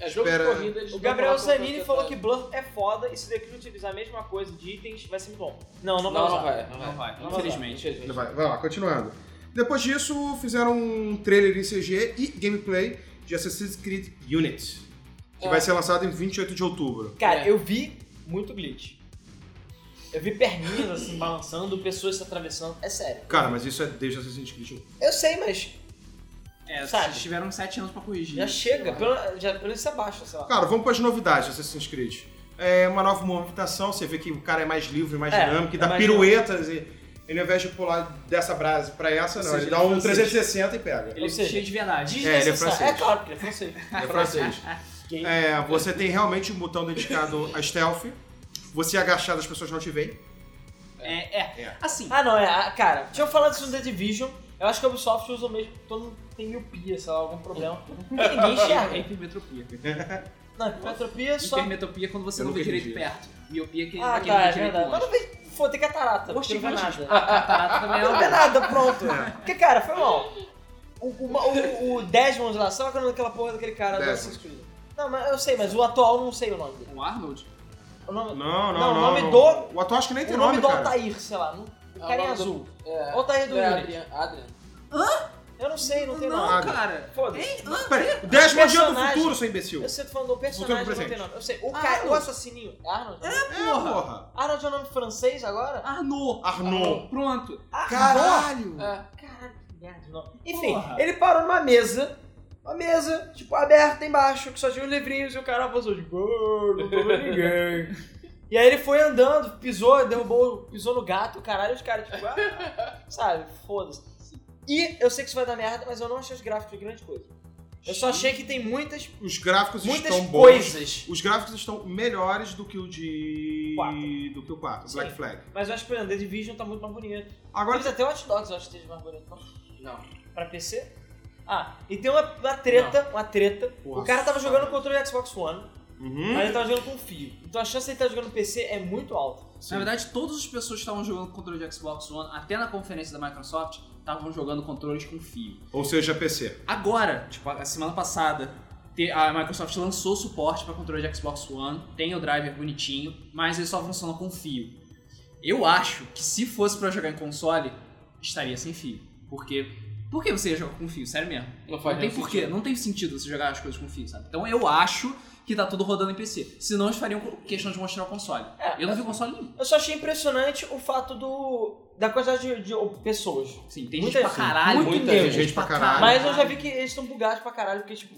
[SPEAKER 1] É jogo
[SPEAKER 5] Espera.
[SPEAKER 1] de corrida. eles
[SPEAKER 2] O
[SPEAKER 1] vão
[SPEAKER 2] Gabriel
[SPEAKER 1] falar com
[SPEAKER 2] Zanini
[SPEAKER 1] você,
[SPEAKER 2] falou
[SPEAKER 1] tá?
[SPEAKER 2] que Bluff é foda e se The Crew utilizar a mesma coisa de itens, vai ser muito bom. Não, não
[SPEAKER 1] Não,
[SPEAKER 2] vai
[SPEAKER 1] não
[SPEAKER 2] usar.
[SPEAKER 1] vai. Não
[SPEAKER 4] Não
[SPEAKER 1] vai.
[SPEAKER 4] vai,
[SPEAKER 1] Não vai.
[SPEAKER 4] infelizmente.
[SPEAKER 1] Infelizmente.
[SPEAKER 5] Vai, vai lá, continuando. Depois disso, fizeram um trailer em CG e gameplay de Assassin's Creed Unity, que
[SPEAKER 1] É.
[SPEAKER 5] vai ser lançado em 28 de outubro.
[SPEAKER 2] Cara,
[SPEAKER 1] É.
[SPEAKER 2] eu vi muito glitch. Eu vi perninhas assim balançando, pessoas se atravessando. É sério.
[SPEAKER 5] Cara, mas isso é desde Assassin's Creed 1.
[SPEAKER 2] Eu sei, mas
[SPEAKER 4] É,
[SPEAKER 2] Sabe?
[SPEAKER 4] vocês tiveram 7 anos pra corrigir.
[SPEAKER 2] já chega. Pelo, já, pelo menos isso abaixa, sei lá.
[SPEAKER 5] Cara, vamos para as novidades de Assassin's Creed. É uma nova movimentação, você vê que o cara é mais livre, mais
[SPEAKER 2] É,
[SPEAKER 5] dinâmico, e
[SPEAKER 2] é
[SPEAKER 5] dá
[SPEAKER 2] mais
[SPEAKER 5] piruetas e. Ele ao invés de pular dessa brasa pra essa, não.
[SPEAKER 4] Ou seja,
[SPEAKER 5] ele
[SPEAKER 2] é
[SPEAKER 5] dá um
[SPEAKER 4] ele-
[SPEAKER 5] 360 e pega.
[SPEAKER 4] Ele é
[SPEAKER 2] Ou seja,
[SPEAKER 4] cheio de verdade.
[SPEAKER 2] Desnecessário.
[SPEAKER 5] francês.
[SPEAKER 2] é claro, porque ele é francês.
[SPEAKER 5] É francês.
[SPEAKER 2] Gay.
[SPEAKER 5] É, você tem realmente um botão dedicado a stealth. Você é agachado, as pessoas não te veem.
[SPEAKER 4] É, é.
[SPEAKER 5] É.
[SPEAKER 4] Assim,
[SPEAKER 2] Ah, não, é. ah, Cara, tinha falado isso no The Division. Eu acho que a Ubisoft usa o mesmo. Todo mundo tem miopia, sei lá, algum problema. Ninguém
[SPEAKER 4] é <laughs>
[SPEAKER 2] enxerga.
[SPEAKER 4] hipermetropia.
[SPEAKER 2] Não, hipermetropia é só.
[SPEAKER 4] Hipermetropia é quando você
[SPEAKER 5] Eu
[SPEAKER 4] não vê
[SPEAKER 5] nunca
[SPEAKER 4] direito
[SPEAKER 5] entendi.
[SPEAKER 4] perto. Miopia é que
[SPEAKER 2] Ah,
[SPEAKER 4] quem
[SPEAKER 2] tá,
[SPEAKER 4] vê
[SPEAKER 2] é
[SPEAKER 4] direito
[SPEAKER 2] verdade. Mas
[SPEAKER 4] longe.
[SPEAKER 2] não vem. Pô, tem catarata. porque não vê
[SPEAKER 4] Postigante.
[SPEAKER 2] nada.
[SPEAKER 4] A catarata também é
[SPEAKER 2] Não vê
[SPEAKER 4] uma-
[SPEAKER 2] nada, pronto.
[SPEAKER 5] É.
[SPEAKER 2] Porque, cara, foi mal. O, o, o, o Desmond lá, sabe qual é aquela porra daquele cara do
[SPEAKER 5] Desmond.
[SPEAKER 2] Assassin's Creed? Não, mas eu sei, mas o atual eu não sei o nome dele.
[SPEAKER 4] O Arnold?
[SPEAKER 2] O nome, Não,
[SPEAKER 5] Não, não, não.
[SPEAKER 2] o nome
[SPEAKER 5] não.
[SPEAKER 2] do-
[SPEAKER 5] O atual acho que nem
[SPEAKER 2] o
[SPEAKER 5] tem
[SPEAKER 2] nome
[SPEAKER 5] nome,
[SPEAKER 2] do
[SPEAKER 5] cara.
[SPEAKER 2] Altair, sei lá. não- O
[SPEAKER 1] Ah,
[SPEAKER 2] cara em
[SPEAKER 1] o nome do-
[SPEAKER 2] azul.
[SPEAKER 1] É.
[SPEAKER 2] O Altair do
[SPEAKER 1] É
[SPEAKER 2] Unity.
[SPEAKER 1] Adrian. Adrian.
[SPEAKER 2] Eu não sei, não tem
[SPEAKER 4] não, Ah,
[SPEAKER 2] nome.
[SPEAKER 4] cara.
[SPEAKER 2] Foda-se.
[SPEAKER 5] Peraí, Desmond é do
[SPEAKER 2] tá Personagem.
[SPEAKER 5] futuro, seu imbecil.
[SPEAKER 2] Eu sei, tô falando do personagem,
[SPEAKER 5] Futuro
[SPEAKER 2] não tem
[SPEAKER 5] presente.
[SPEAKER 2] nome. Eu sei, o,
[SPEAKER 4] Ah,
[SPEAKER 2] cara, o
[SPEAKER 4] Arnold.
[SPEAKER 2] assassininho. É Arnold?
[SPEAKER 5] É, porra.
[SPEAKER 2] Arnold é o nome francês agora?
[SPEAKER 4] Arnold.
[SPEAKER 5] Arnon.
[SPEAKER 4] Pronto.
[SPEAKER 5] Caralho.
[SPEAKER 1] É.
[SPEAKER 2] Caralho, que merda de nome. Enfim,
[SPEAKER 4] Ah, Porra.
[SPEAKER 2] ele parou numa mesa. Uma mesa, tipo, aberta embaixo, que só tinha os livrinhos e o cara passou, tipo, "Ah, não tô vendo ninguém. e aí ele foi andando, pisou, derrubou, pisou no gato, caralho, os caras, tipo, ah, sabe, foda-se. E eu sei que isso vai dar merda, mas eu não achei os gráficos de grande coisa. Eu só achei que tem muitas,
[SPEAKER 5] É Os gráficos
[SPEAKER 2] muitas
[SPEAKER 5] estão bons.
[SPEAKER 2] coisas.
[SPEAKER 5] Os gráficos estão melhores do que o de.
[SPEAKER 2] Quatro.
[SPEAKER 5] Do que o 4,
[SPEAKER 2] Sim.
[SPEAKER 5] Black Flag.
[SPEAKER 2] Mas eu acho que, por exemplo, The Division tá muito mais bonito.
[SPEAKER 5] Agora
[SPEAKER 2] Agora até o Watch Dogs, eu acho que esteja mais bonito.
[SPEAKER 1] Não.
[SPEAKER 2] Pra PC? Ah, e tem uma, uma treta, uma treta.
[SPEAKER 5] Porra,
[SPEAKER 2] o cara tava
[SPEAKER 5] sabe.
[SPEAKER 2] jogando com o controle Xbox One,
[SPEAKER 5] Uhum.
[SPEAKER 2] mas ele tava jogando com fio. Então a chance de ele estar jogando PC é muito alta.
[SPEAKER 5] Sim.
[SPEAKER 4] Na verdade, todas as pessoas que estavam jogando controle de Xbox One, até na conferência da Microsoft, estavam jogando controles com fio.
[SPEAKER 5] Ou seja, PC.
[SPEAKER 4] Agora, tipo, a semana passada, te- a Microsoft lançou suporte para controle de Xbox One, tem o driver bonitinho, mas ele só funciona com fio. Eu acho que se fosse para jogar em console, estaria sem fio, porque Por que você ia jogar com fio? Sério mesmo.
[SPEAKER 1] Não faz
[SPEAKER 4] Não tem
[SPEAKER 1] nenhum
[SPEAKER 4] porquê,
[SPEAKER 1] sentido.
[SPEAKER 4] não tem sentido você jogar as coisas com fio, sabe? Então eu acho que tá tudo rodando em PC. Senão eles fariam questão de mostrar o console.
[SPEAKER 2] É,
[SPEAKER 4] Eu não vi console nenhum.
[SPEAKER 2] Eu só achei impressionante o fato do. da quantidade de, de pessoas.
[SPEAKER 4] Sim, tem
[SPEAKER 2] Muita
[SPEAKER 4] gente pra
[SPEAKER 2] gente.
[SPEAKER 4] caralho.
[SPEAKER 2] Muito
[SPEAKER 4] muita
[SPEAKER 2] mesmo.
[SPEAKER 5] Gente pra caralho.
[SPEAKER 2] Mas eu já vi que eles estão bugados pra caralho, porque, tipo.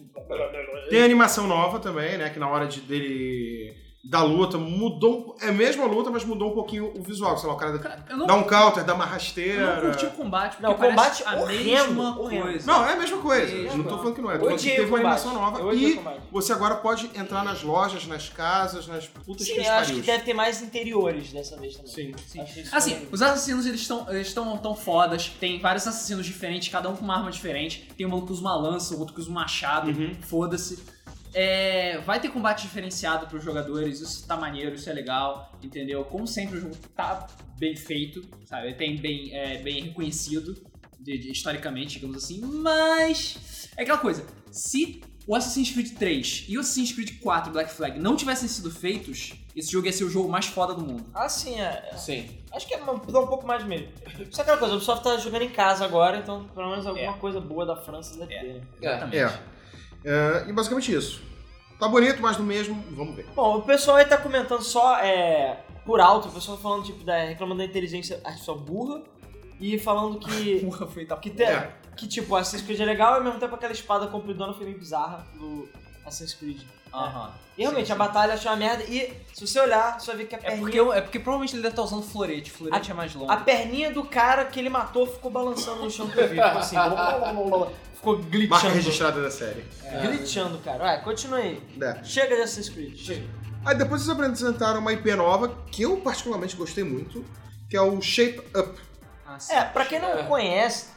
[SPEAKER 5] Tem a animação nova também, né? Que na hora de- dele. Da luta, mudou. um- É a mesma luta, mas mudou um pouquinho o visual. Sei lá, o cara dá-
[SPEAKER 4] Cara, eu não,
[SPEAKER 5] dá um counter, dá uma
[SPEAKER 4] eu não
[SPEAKER 5] rasteira.
[SPEAKER 4] curti o combate, porque
[SPEAKER 2] Não, o combate
[SPEAKER 4] parece a
[SPEAKER 2] horrendo,
[SPEAKER 4] mesma
[SPEAKER 2] horrendo.
[SPEAKER 4] coisa.
[SPEAKER 5] Não, é a mesma coisa.
[SPEAKER 4] Mesma.
[SPEAKER 5] Não tô falando que não é. Tô
[SPEAKER 2] Eu
[SPEAKER 5] falando que
[SPEAKER 2] odiei o
[SPEAKER 5] teve uma
[SPEAKER 2] combate.
[SPEAKER 5] animação
[SPEAKER 2] Eu
[SPEAKER 5] nova.
[SPEAKER 2] odiei o
[SPEAKER 5] E
[SPEAKER 2] combate.
[SPEAKER 5] você agora pode entrar nas lojas, nas casas, nas putas
[SPEAKER 2] Sim,
[SPEAKER 5] que os
[SPEAKER 2] eu acho que
[SPEAKER 5] pariu.
[SPEAKER 2] deve ter mais interiores dessa vez também.
[SPEAKER 5] Sim.
[SPEAKER 2] Acho isso
[SPEAKER 4] Assim,
[SPEAKER 2] maneiro.
[SPEAKER 4] os assassinos eles estão eles tão, tão fodas, tem vários assassinos diferentes, cada um com uma arma diferente. Tem um maluco que usa uma lança, outro que usa um machado,
[SPEAKER 5] Uhum.
[SPEAKER 4] foda-se. É, vai ter combate diferenciado pros jogadores, isso tá maneiro, isso é legal, entendeu? Como sempre, o jogo tá bem feito, sabe? Ele Tem bem, é, bem reconhecido, de- de- historicamente, digamos assim, mas. É aquela coisa, se o Assassin's Creed 3 e o Assassin's Creed 4 Black Flag não tivessem sido feitos, esse jogo ia ser o jogo mais foda do mundo.
[SPEAKER 2] Assim, é,
[SPEAKER 1] Sim.
[SPEAKER 2] acho que é um, dá um pouco mais mesmo. Só aquela coisa, o Ubisoft tá jogando em casa agora, então pelo menos alguma coisa boa da França deve
[SPEAKER 4] É.
[SPEAKER 2] ter. né?
[SPEAKER 1] É.
[SPEAKER 5] É. É, E basicamente isso. Tá bonito, mas no mesmo. Vamos ver.
[SPEAKER 2] Bom, o pessoal aí tá comentando só é, por alto, o pessoal falando tipo, da, reclamando da inteligência artificial burra e falando que.
[SPEAKER 4] Porra, foi tá,
[SPEAKER 2] que, te-
[SPEAKER 5] <laughs> É.
[SPEAKER 2] que tipo, Assassin's Creed é legal e ao mesmo tempo aquela espada compridona foi meio bizarra do Assassin's Creed.
[SPEAKER 4] Aham.
[SPEAKER 2] E realmente,
[SPEAKER 4] Sim,
[SPEAKER 2] a batalha eu achei uma merda e se você olhar, você vai ver que a
[SPEAKER 4] É
[SPEAKER 2] perninha.
[SPEAKER 4] porque, eu- é porque provavelmente ele deve estar usando florete. Florete é mais longo.
[SPEAKER 2] A perninha do cara que ele matou ficou balançando no
[SPEAKER 4] <laughs>
[SPEAKER 2] chão do vídeo, ficou assim, ficou
[SPEAKER 5] Marca
[SPEAKER 2] glitchando. É.
[SPEAKER 5] registrada da série.
[SPEAKER 2] Glitchando, cara. Vai, continua aí.
[SPEAKER 5] É.
[SPEAKER 2] Chega de Assassin's Creed. Chega.
[SPEAKER 5] Aí depois eles apresentaram uma IP nova que eu particularmente gostei muito, que é o Shape Up.
[SPEAKER 4] Ah, sim.
[SPEAKER 2] É, pra quem não
[SPEAKER 1] É.
[SPEAKER 2] conhece,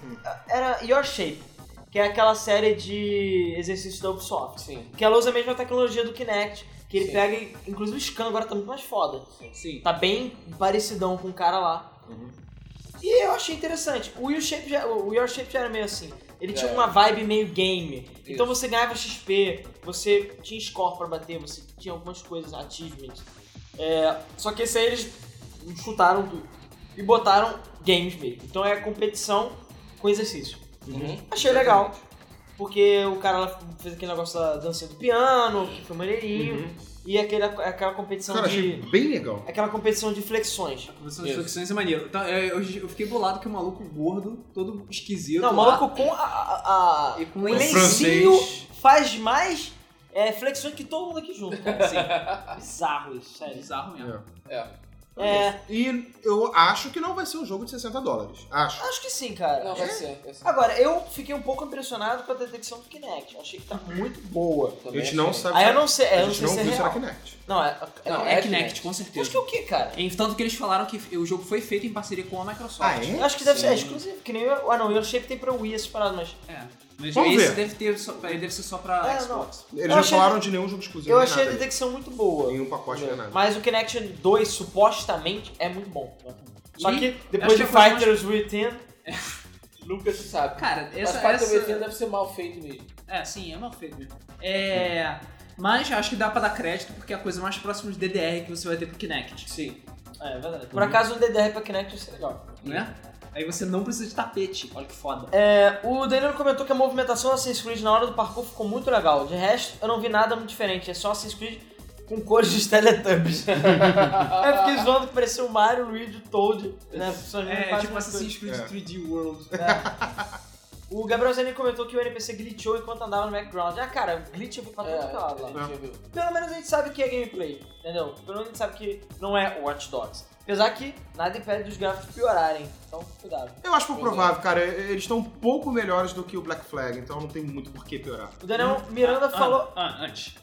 [SPEAKER 2] era Your Shape, que é aquela série de exercícios da Ubisoft. assim.
[SPEAKER 1] Sim.
[SPEAKER 2] Que ela usa a mesma tecnologia do Kinect, que ele
[SPEAKER 1] Sim.
[SPEAKER 2] pega, e- inclusive o Scan agora tá muito mais foda.
[SPEAKER 4] Sim.
[SPEAKER 2] Tá bem parecidão com o cara lá. Uhum. E eu achei interessante. O Your Shape já, o Your Shape já era meio assim. Ele tinha
[SPEAKER 1] É.
[SPEAKER 2] uma vibe meio game. Então
[SPEAKER 1] Isso.
[SPEAKER 2] você ganhava XP, você tinha score pra bater, você tinha algumas coisas, achievements. É, só que esse aí eles chutaram tudo. E botaram games mesmo. Então é competição com exercício.
[SPEAKER 1] Uhum.
[SPEAKER 2] Achei legal. Porque o cara lá fez aquele negócio da dancinha do piano, que foi maneirinho. E aquele, aquela competição
[SPEAKER 5] Cara, achei
[SPEAKER 2] de.
[SPEAKER 5] bem legal.
[SPEAKER 2] Aquela competição de flexões.
[SPEAKER 4] Conversão de
[SPEAKER 1] Isso.
[SPEAKER 4] flexões é maneiro. Então, é, eu, eu fiquei bolado que o maluco gordo, todo esquisito.
[SPEAKER 2] Não, o
[SPEAKER 4] lá,
[SPEAKER 2] maluco com a. a, a-
[SPEAKER 4] E com um
[SPEAKER 2] o
[SPEAKER 4] lencinho.
[SPEAKER 2] lencinho
[SPEAKER 5] francês.
[SPEAKER 2] faz mais é, flexões que todo mundo aqui junto, É, cara.
[SPEAKER 4] <laughs> Sim,
[SPEAKER 2] Bizarro isso, sério.
[SPEAKER 4] bizarro mesmo.
[SPEAKER 2] É,
[SPEAKER 5] E eu acho que não vai ser um jogo de 60 dólares. Acho.
[SPEAKER 2] acho que sim, cara.
[SPEAKER 1] Não,
[SPEAKER 5] É.
[SPEAKER 1] vai ser. Vai ser.
[SPEAKER 2] Agora, eu fiquei um pouco impressionado com a detecção do Kinect. Eu achei que tá muito boa.
[SPEAKER 5] A
[SPEAKER 1] Também
[SPEAKER 5] gente não
[SPEAKER 1] achei.
[SPEAKER 5] sabe.
[SPEAKER 2] Aí eu não sei, é,
[SPEAKER 5] a
[SPEAKER 2] eu não
[SPEAKER 5] gente
[SPEAKER 2] sei
[SPEAKER 5] não
[SPEAKER 2] se é
[SPEAKER 5] viu se era
[SPEAKER 2] real.
[SPEAKER 5] Kinect.
[SPEAKER 2] Não, é. é,
[SPEAKER 1] Não,
[SPEAKER 2] é-
[SPEAKER 4] É Kinect, com certeza.
[SPEAKER 2] Acho que o que, cara?
[SPEAKER 4] Entanto que eles falaram que eu- o jogo foi feito em parceria com a Microsoft.
[SPEAKER 5] Ah, é?
[SPEAKER 2] Eu acho que deve
[SPEAKER 1] Sim.
[SPEAKER 2] ser exclusivo, que nem o. Ah não, o Your Shape tem pra Wii essa parada, mas.
[SPEAKER 4] É. Mas
[SPEAKER 5] Vamos
[SPEAKER 4] esse
[SPEAKER 5] ver.
[SPEAKER 4] deve, ter só, ele deve ser só pra
[SPEAKER 2] É,
[SPEAKER 4] Xbox.
[SPEAKER 5] Eles
[SPEAKER 2] Eu
[SPEAKER 5] não
[SPEAKER 2] achei-
[SPEAKER 5] falaram de nenhum jogo exclusivo.
[SPEAKER 2] Eu
[SPEAKER 5] nem
[SPEAKER 2] achei a
[SPEAKER 5] nada.
[SPEAKER 2] detecção muito boa.
[SPEAKER 5] Nenhum pacote, nem nada.
[SPEAKER 2] Mas o Kinect 2, supostamente, é muito bom. Só
[SPEAKER 4] Uhum. E
[SPEAKER 2] que
[SPEAKER 4] acho
[SPEAKER 2] depois
[SPEAKER 4] que
[SPEAKER 2] de
[SPEAKER 4] a coisa
[SPEAKER 2] Fighters Within,
[SPEAKER 1] Nunca se sabe.
[SPEAKER 4] Cara, essa.
[SPEAKER 1] Mas parte
[SPEAKER 4] essa-
[SPEAKER 1] do BT deve ser mal feito
[SPEAKER 2] <laughs>
[SPEAKER 1] mesmo.
[SPEAKER 4] É, sim, é mal feito mesmo. É. Mas acho que dá pra dar crédito porque é a coisa mais próxima de DDR que você vai ter pro Kinect. Sim.
[SPEAKER 2] é verdade. Por acaso o DDR pra Kinect ia ser legal.
[SPEAKER 4] Né? Aí você não precisa de tapete. Olha que foda.
[SPEAKER 2] É, o Danilo comentou que a movimentação do Assassin's Creed na hora do parkour ficou muito legal. De resto, eu não vi nada muito diferente. É só Assassin's Creed com cores dos Teletubbies. eu
[SPEAKER 4] <laughs>
[SPEAKER 2] fiquei zoando que parecia o Mario, o Luigi, o Toad. Né? Só não faz
[SPEAKER 4] É, tipo
[SPEAKER 2] muita coisa.
[SPEAKER 4] Assassin's Creed
[SPEAKER 5] É.
[SPEAKER 4] 3D World.
[SPEAKER 2] O Gabriel Zanin comentou que o NPC glitchou enquanto andava no background. Ah, cara, glitch eu vi pra
[SPEAKER 1] <laughs>
[SPEAKER 2] todo
[SPEAKER 1] É,
[SPEAKER 2] lado lá.
[SPEAKER 1] a gente já viu.
[SPEAKER 2] Pelo menos a gente sabe que é gameplay, entendeu? Pelo menos a gente sabe que não é Watch Dogs. Apesar que nada impede dos gráficos piorarem. Então, cuidado.
[SPEAKER 5] Eu acho pouco
[SPEAKER 1] Pois é.
[SPEAKER 5] provável, cara. Eles estão um pouco melhores do que o Black Flag, então não tem muito por que piorar.
[SPEAKER 2] O Daniel Miranda falou...
[SPEAKER 4] Hum. Ah, antes.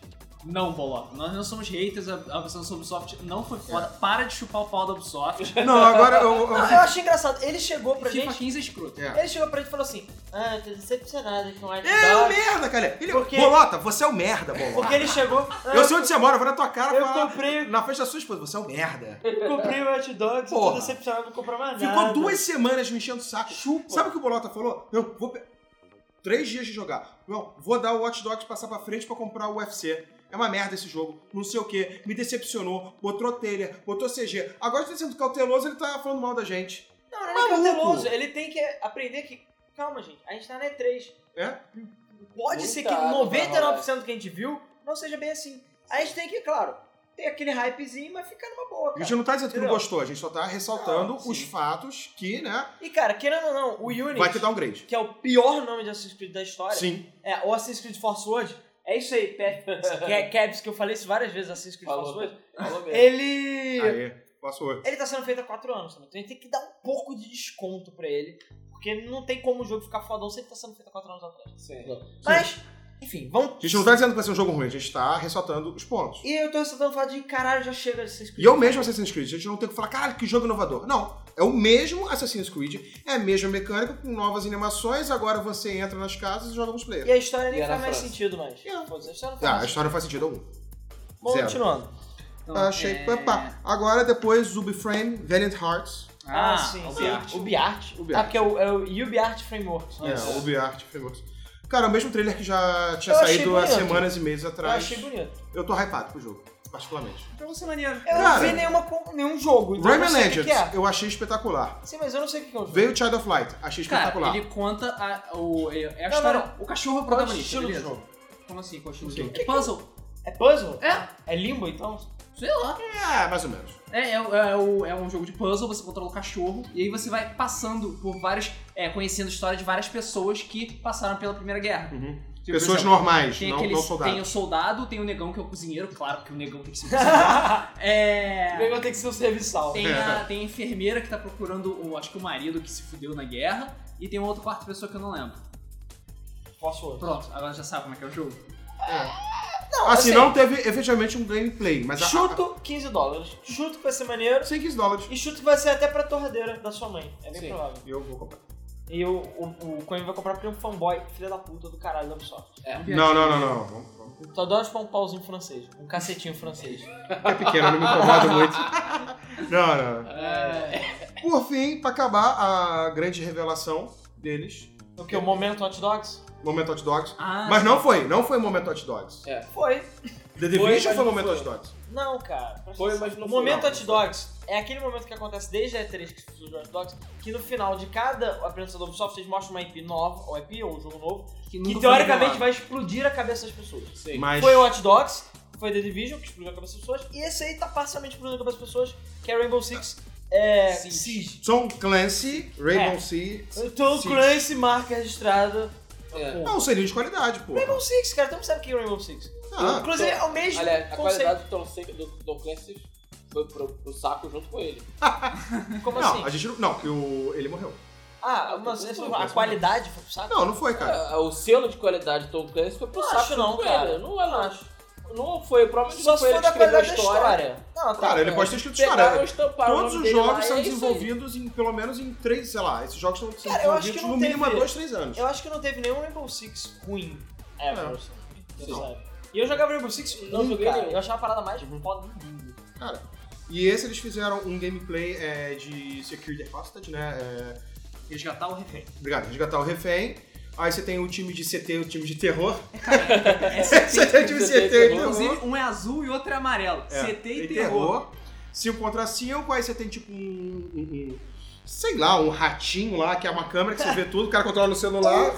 [SPEAKER 4] Não, Bolota. Nós não somos haters, a a versão da Ubisoft não foi foda.
[SPEAKER 2] É.
[SPEAKER 4] Para de chupar o pau da Ubisoft.
[SPEAKER 5] Não, agora eu. eu- <laughs>
[SPEAKER 2] Não, eu achei engraçado. Ele chegou pra
[SPEAKER 4] FIFA
[SPEAKER 2] gente...
[SPEAKER 4] 15 é escroto.
[SPEAKER 5] É.
[SPEAKER 2] Ele chegou pra gente e falou assim... Ah, eu tô decepcionado com Watch
[SPEAKER 5] É o
[SPEAKER 2] Dogs.
[SPEAKER 5] merda, cara. Ele...
[SPEAKER 2] Porque-
[SPEAKER 5] Bolota, você é o merda, Bolota.
[SPEAKER 2] Porque ele chegou... "Ah,
[SPEAKER 5] Eu sei onde você mora, eu vou na tua cara
[SPEAKER 2] Eu
[SPEAKER 5] falar
[SPEAKER 2] comprei,
[SPEAKER 5] na frente da sua esposa. Você é um merda.
[SPEAKER 2] eu comprei o Watch Dogs, eu tô
[SPEAKER 5] Porra.
[SPEAKER 2] decepcionado, não comprar mais
[SPEAKER 5] Ficou
[SPEAKER 2] nada.
[SPEAKER 5] duas semanas me enchendo o saco.
[SPEAKER 2] Chupa.
[SPEAKER 5] Sabe o que o Bolota falou? Eu vou. pe- Três dias de jogar. Não, vou dar o Watch Dogs passar pra frente pra comprar o UFC. É uma merda esse jogo. Não sei o que. Me decepcionou. Botou trailer. Botou CG. Agora ele tá sendo cauteloso, ele tá falando mal da gente.
[SPEAKER 2] Não, não é nem
[SPEAKER 5] Maluco.
[SPEAKER 2] cauteloso. Ele tem que aprender que Calma, gente. A gente tá na E3.
[SPEAKER 5] É?
[SPEAKER 2] Pode
[SPEAKER 1] Muita
[SPEAKER 2] ser que
[SPEAKER 1] água pra
[SPEAKER 2] 99% do que a gente viu não seja bem assim. A gente tem que, claro, ter aquele hypezinho, mas ficar numa boa,
[SPEAKER 5] A
[SPEAKER 2] cara.
[SPEAKER 5] gente não tá dizendo que não
[SPEAKER 2] Entendeu?
[SPEAKER 5] gostou, a gente só tá ressaltando
[SPEAKER 1] Não, sim.
[SPEAKER 5] os fatos que, né,
[SPEAKER 2] E, cara, querendo ou não, o Unity,
[SPEAKER 5] vai te dar um grade.
[SPEAKER 2] que é o pior nome de Assassin's Creed da história,
[SPEAKER 5] Sim.
[SPEAKER 2] é o Assassin's Creed Force World. É isso aí, Pe- Ca- Cabs, <laughs> que eu falei isso várias vezes, Assassin's Creed
[SPEAKER 1] Falou.
[SPEAKER 2] Force World.
[SPEAKER 1] Falou mesmo.
[SPEAKER 2] É. Ele...
[SPEAKER 5] Aê, passou.
[SPEAKER 2] Ele tá sendo feito há 4 anos também, então a gente tem que dar um pouco de desconto pra ele, porque não tem como o jogo ficar fodão se ele tá sendo feito há 4 anos atrás.
[SPEAKER 1] Sim.
[SPEAKER 2] Mas, enfim, vamos...
[SPEAKER 5] A gente não tá dizendo que vai ser um jogo ruim, a gente tá ressaltando os pontos.
[SPEAKER 2] E eu tô ressaltando o fato de, caralho, já chega de Assassin's
[SPEAKER 5] E
[SPEAKER 2] Creed.
[SPEAKER 5] eu mesmo Assassin's Creed, a gente não tem que falar, caralho, que jogo inovador. Não, é o mesmo Assassin's Creed, é a mesma mecânica, com novas animações, agora você entra nas casas e joga multiplayer.
[SPEAKER 2] E a história nem
[SPEAKER 1] E era
[SPEAKER 2] faz mais
[SPEAKER 1] França.
[SPEAKER 2] sentido mais.
[SPEAKER 5] É.
[SPEAKER 2] Foda-se, a história não faz
[SPEAKER 5] Ah, a
[SPEAKER 2] mais
[SPEAKER 5] história não faz sentido algum.
[SPEAKER 2] sentido. Bom,
[SPEAKER 5] zero.
[SPEAKER 2] continuando.
[SPEAKER 4] Então,
[SPEAKER 5] Achei,
[SPEAKER 4] é-
[SPEAKER 5] papá. Agora, depois, Zubiframe, Valiant Hearts.
[SPEAKER 4] Ah,
[SPEAKER 2] sim,
[SPEAKER 4] o
[SPEAKER 2] sim.
[SPEAKER 4] Biart.
[SPEAKER 2] O Biart.
[SPEAKER 5] Ubiart.
[SPEAKER 2] Ah, porque é o, é o Ubiart Framework.
[SPEAKER 5] É, Ubiart, famoso. Cara, é o mesmo trailer que já tinha
[SPEAKER 2] Eu achei
[SPEAKER 5] saído há
[SPEAKER 2] bonito.
[SPEAKER 5] semanas e meses
[SPEAKER 2] Eu
[SPEAKER 5] atrás.
[SPEAKER 2] achei bonito.
[SPEAKER 5] Eu tô hypado pro jogo, particularmente.
[SPEAKER 4] Então você maneiro.
[SPEAKER 2] Eu não
[SPEAKER 5] Cara,
[SPEAKER 2] vi nenhuma, com- nenhum jogo, então eu não
[SPEAKER 5] Rayman
[SPEAKER 2] sei o que
[SPEAKER 5] Legends,
[SPEAKER 2] que é.
[SPEAKER 5] eu achei espetacular.
[SPEAKER 2] Sim, mas eu não sei o que que é o jogo.
[SPEAKER 5] Veio Child of Light, achei espetacular.
[SPEAKER 4] Cara, ele conta a, o, é a
[SPEAKER 2] Não,
[SPEAKER 4] história.
[SPEAKER 2] não,
[SPEAKER 4] O cachorro é o
[SPEAKER 2] Qual é o
[SPEAKER 4] protagonista,
[SPEAKER 2] estilo do
[SPEAKER 4] beleza?
[SPEAKER 2] jogo?
[SPEAKER 4] Como assim, qual é o estilo do
[SPEAKER 5] Sim.
[SPEAKER 4] jogo? É puzzle?
[SPEAKER 2] É puzzle?
[SPEAKER 4] É,
[SPEAKER 2] É limbo, então?
[SPEAKER 4] sei lá.
[SPEAKER 5] É, mais ou menos.
[SPEAKER 4] É, é, é o- é um jogo de puzzle, você controla o cachorro, e aí você vai passando por várias. É, conhecendo a história de várias pessoas que passaram pela Primeira Guerra.
[SPEAKER 5] Uhum.
[SPEAKER 4] Tipo, por
[SPEAKER 5] Pessoas
[SPEAKER 2] assim,
[SPEAKER 4] exemplo,
[SPEAKER 5] normais,
[SPEAKER 4] Tem,
[SPEAKER 5] não,
[SPEAKER 4] aqueles,
[SPEAKER 5] não soldados.
[SPEAKER 4] tem o soldado, tem o negão que é o cozinheiro, claro que o negão tem que ser o cozinheiro.
[SPEAKER 2] O
[SPEAKER 4] É,
[SPEAKER 2] negócio tem que ser um serviçal.
[SPEAKER 4] tem,
[SPEAKER 5] É.
[SPEAKER 4] a, tem a enfermeira que tá procurando, o, acho que o marido que se fudeu na guerra, e tem uma outra quarta pessoa que eu não lembro.
[SPEAKER 2] Posso outro.
[SPEAKER 4] Pronto, agora já sabe como é que é o jogo.
[SPEAKER 2] Não,
[SPEAKER 5] Assim, não teve efetivamente um gameplay, mas a-
[SPEAKER 2] Chuto 15 dólares. Chuto que vai ser maneiro.
[SPEAKER 5] a. 115 dólares.
[SPEAKER 2] E chuto que vai ser até pra torradeira da sua mãe. É bem
[SPEAKER 1] Sim.
[SPEAKER 2] provável.
[SPEAKER 5] Eu vou comprar.
[SPEAKER 2] E o, o, o Coen vai comprar porque é um fanboy, filha da puta do caralho da Ubisoft.
[SPEAKER 5] Não, não, não, não. Vamos- vamos.
[SPEAKER 2] Só adora chupar um pauzinho francês. Um cacetinho francês.
[SPEAKER 5] É pequeno, não me incomoda muito. <laughs> Não, não.
[SPEAKER 4] É,
[SPEAKER 5] Por fim, pra acabar a grande revelação deles,
[SPEAKER 2] O que? O momento Hot Dogs?
[SPEAKER 5] Momento Hot Dogs.
[SPEAKER 4] ah,
[SPEAKER 5] Mas não foi, não foi Momento Hot Dogs.
[SPEAKER 1] É.
[SPEAKER 2] Foi.
[SPEAKER 5] The Division
[SPEAKER 1] mas
[SPEAKER 5] foi
[SPEAKER 1] não
[SPEAKER 5] Momento
[SPEAKER 1] foi.
[SPEAKER 5] Hot Dogs.
[SPEAKER 2] Não, cara. presta
[SPEAKER 1] Foi,
[SPEAKER 2] atenção.
[SPEAKER 1] mas não
[SPEAKER 2] O
[SPEAKER 1] foi,
[SPEAKER 2] momento
[SPEAKER 1] não.
[SPEAKER 2] Hot Dogs é aquele momento que acontece desde a E3 que surgiu o Hot Dogs, que no final de cada apresentação da Ubisoft, eles mostram uma IP nova, ou IP, ou um jogo novo,
[SPEAKER 4] nunca
[SPEAKER 2] que
[SPEAKER 4] foi
[SPEAKER 2] teoricamente
[SPEAKER 4] revelado.
[SPEAKER 2] vai explodir a cabeça das pessoas.
[SPEAKER 1] Sim.
[SPEAKER 5] Mas
[SPEAKER 2] Foi o Hot Dogs, foi The Division, que explodiu a cabeça das pessoas, e esse aí tá parcialmente explodindo a cabeça das pessoas, que é Rainbow Six é,
[SPEAKER 4] Siege.
[SPEAKER 2] Siege.
[SPEAKER 5] Tom Clancy, Rainbow
[SPEAKER 2] É.
[SPEAKER 5] Six.
[SPEAKER 2] Então,
[SPEAKER 5] Siege.
[SPEAKER 2] Clancy, marca registrada.
[SPEAKER 1] É.
[SPEAKER 2] Pô,
[SPEAKER 5] Não, seria de qualidade, pô.
[SPEAKER 2] Rainbow Six, cara, todo mundo sabe o que é Rainbow Six.
[SPEAKER 5] Ah,
[SPEAKER 2] Inclusive, é o mesmo
[SPEAKER 1] Aliás, a
[SPEAKER 2] conceito.
[SPEAKER 1] qualidade do Tom, Se- do, do Clancy foi pro, pro saco junto com ele.
[SPEAKER 2] Como
[SPEAKER 5] não,
[SPEAKER 2] assim?
[SPEAKER 5] a gente não. Não, que o- ele morreu.
[SPEAKER 2] Ah, mas essa- a qualidade foi pro saco?
[SPEAKER 5] Não, não foi, cara.
[SPEAKER 1] Ah, O selo de qualidade do Tom Clancy foi pro
[SPEAKER 2] Não
[SPEAKER 1] saco
[SPEAKER 2] acho
[SPEAKER 1] junto
[SPEAKER 2] não,
[SPEAKER 1] com
[SPEAKER 2] cara.
[SPEAKER 1] ele. Não, é não acho. Não foi, provavelmente
[SPEAKER 2] Só
[SPEAKER 1] não
[SPEAKER 2] se
[SPEAKER 1] foi
[SPEAKER 2] for
[SPEAKER 1] ele
[SPEAKER 2] da
[SPEAKER 1] que escreveu a
[SPEAKER 2] qualidade da
[SPEAKER 1] história.
[SPEAKER 2] história. Não, é.
[SPEAKER 5] Cara, ele pode ter escrito história. é
[SPEAKER 1] Pegaram e estamparam
[SPEAKER 5] Todos
[SPEAKER 1] o
[SPEAKER 5] os
[SPEAKER 1] nome
[SPEAKER 5] jogos
[SPEAKER 1] dele lá,
[SPEAKER 5] são
[SPEAKER 1] é isso aí.
[SPEAKER 5] desenvolvidos em pelo menos em três, sei lá, esses jogos estão sendo
[SPEAKER 2] Cara, eu acho
[SPEAKER 5] desenvolvidos
[SPEAKER 2] que não
[SPEAKER 5] no mínimo há
[SPEAKER 2] teve-
[SPEAKER 5] dois, três anos.
[SPEAKER 2] Eu acho que não teve nenhum Rainbow Six ruim ever,
[SPEAKER 1] É,
[SPEAKER 5] Não.
[SPEAKER 2] assim, você
[SPEAKER 5] Não.
[SPEAKER 2] sabe. E eu jogava Rainbow Six
[SPEAKER 1] Não
[SPEAKER 2] um,
[SPEAKER 1] joguei
[SPEAKER 2] cara.
[SPEAKER 1] nenhum.
[SPEAKER 2] Eu achava a parada mais foda do mundo.
[SPEAKER 5] Cara, e esse eles fizeram um gameplay é, de Security Hostage, né? É,
[SPEAKER 4] Resgatar o refém.
[SPEAKER 5] obrigado, resgatar o refém. Aí você tem o time de CT, o time de terror.
[SPEAKER 4] É
[SPEAKER 5] <laughs> Você tem o time de CT e terror.
[SPEAKER 4] Inclusive, um é azul e outro é amarelo.
[SPEAKER 5] É,
[SPEAKER 4] CT e
[SPEAKER 5] tem
[SPEAKER 4] terror.
[SPEAKER 5] 5 contra 5, aí você tem tipo um, um- um- Sei lá, um ratinho lá, que é uma câmera que você vê tudo, o cara controla no celular.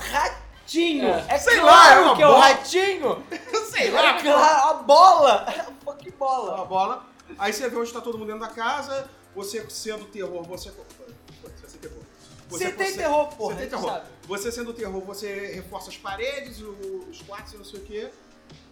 [SPEAKER 2] Ratinho!
[SPEAKER 1] É.
[SPEAKER 2] É
[SPEAKER 5] Sei
[SPEAKER 2] claro
[SPEAKER 5] lá, é uma
[SPEAKER 2] que é o
[SPEAKER 5] bola.
[SPEAKER 2] ratinho!
[SPEAKER 5] <laughs> sei
[SPEAKER 2] É claro, a
[SPEAKER 5] <laughs>
[SPEAKER 2] bola! Que bola!
[SPEAKER 5] a bola. Aí você vê onde tá todo mundo dentro da casa, você sendo terror, você. é Você é terror.
[SPEAKER 2] Você tem
[SPEAKER 5] consegue-
[SPEAKER 2] terror, porra!
[SPEAKER 5] tem
[SPEAKER 2] tu
[SPEAKER 5] terror.
[SPEAKER 2] sabe.
[SPEAKER 5] Você sendo terror, você reforça as paredes, o- os quartos e não sei o quê.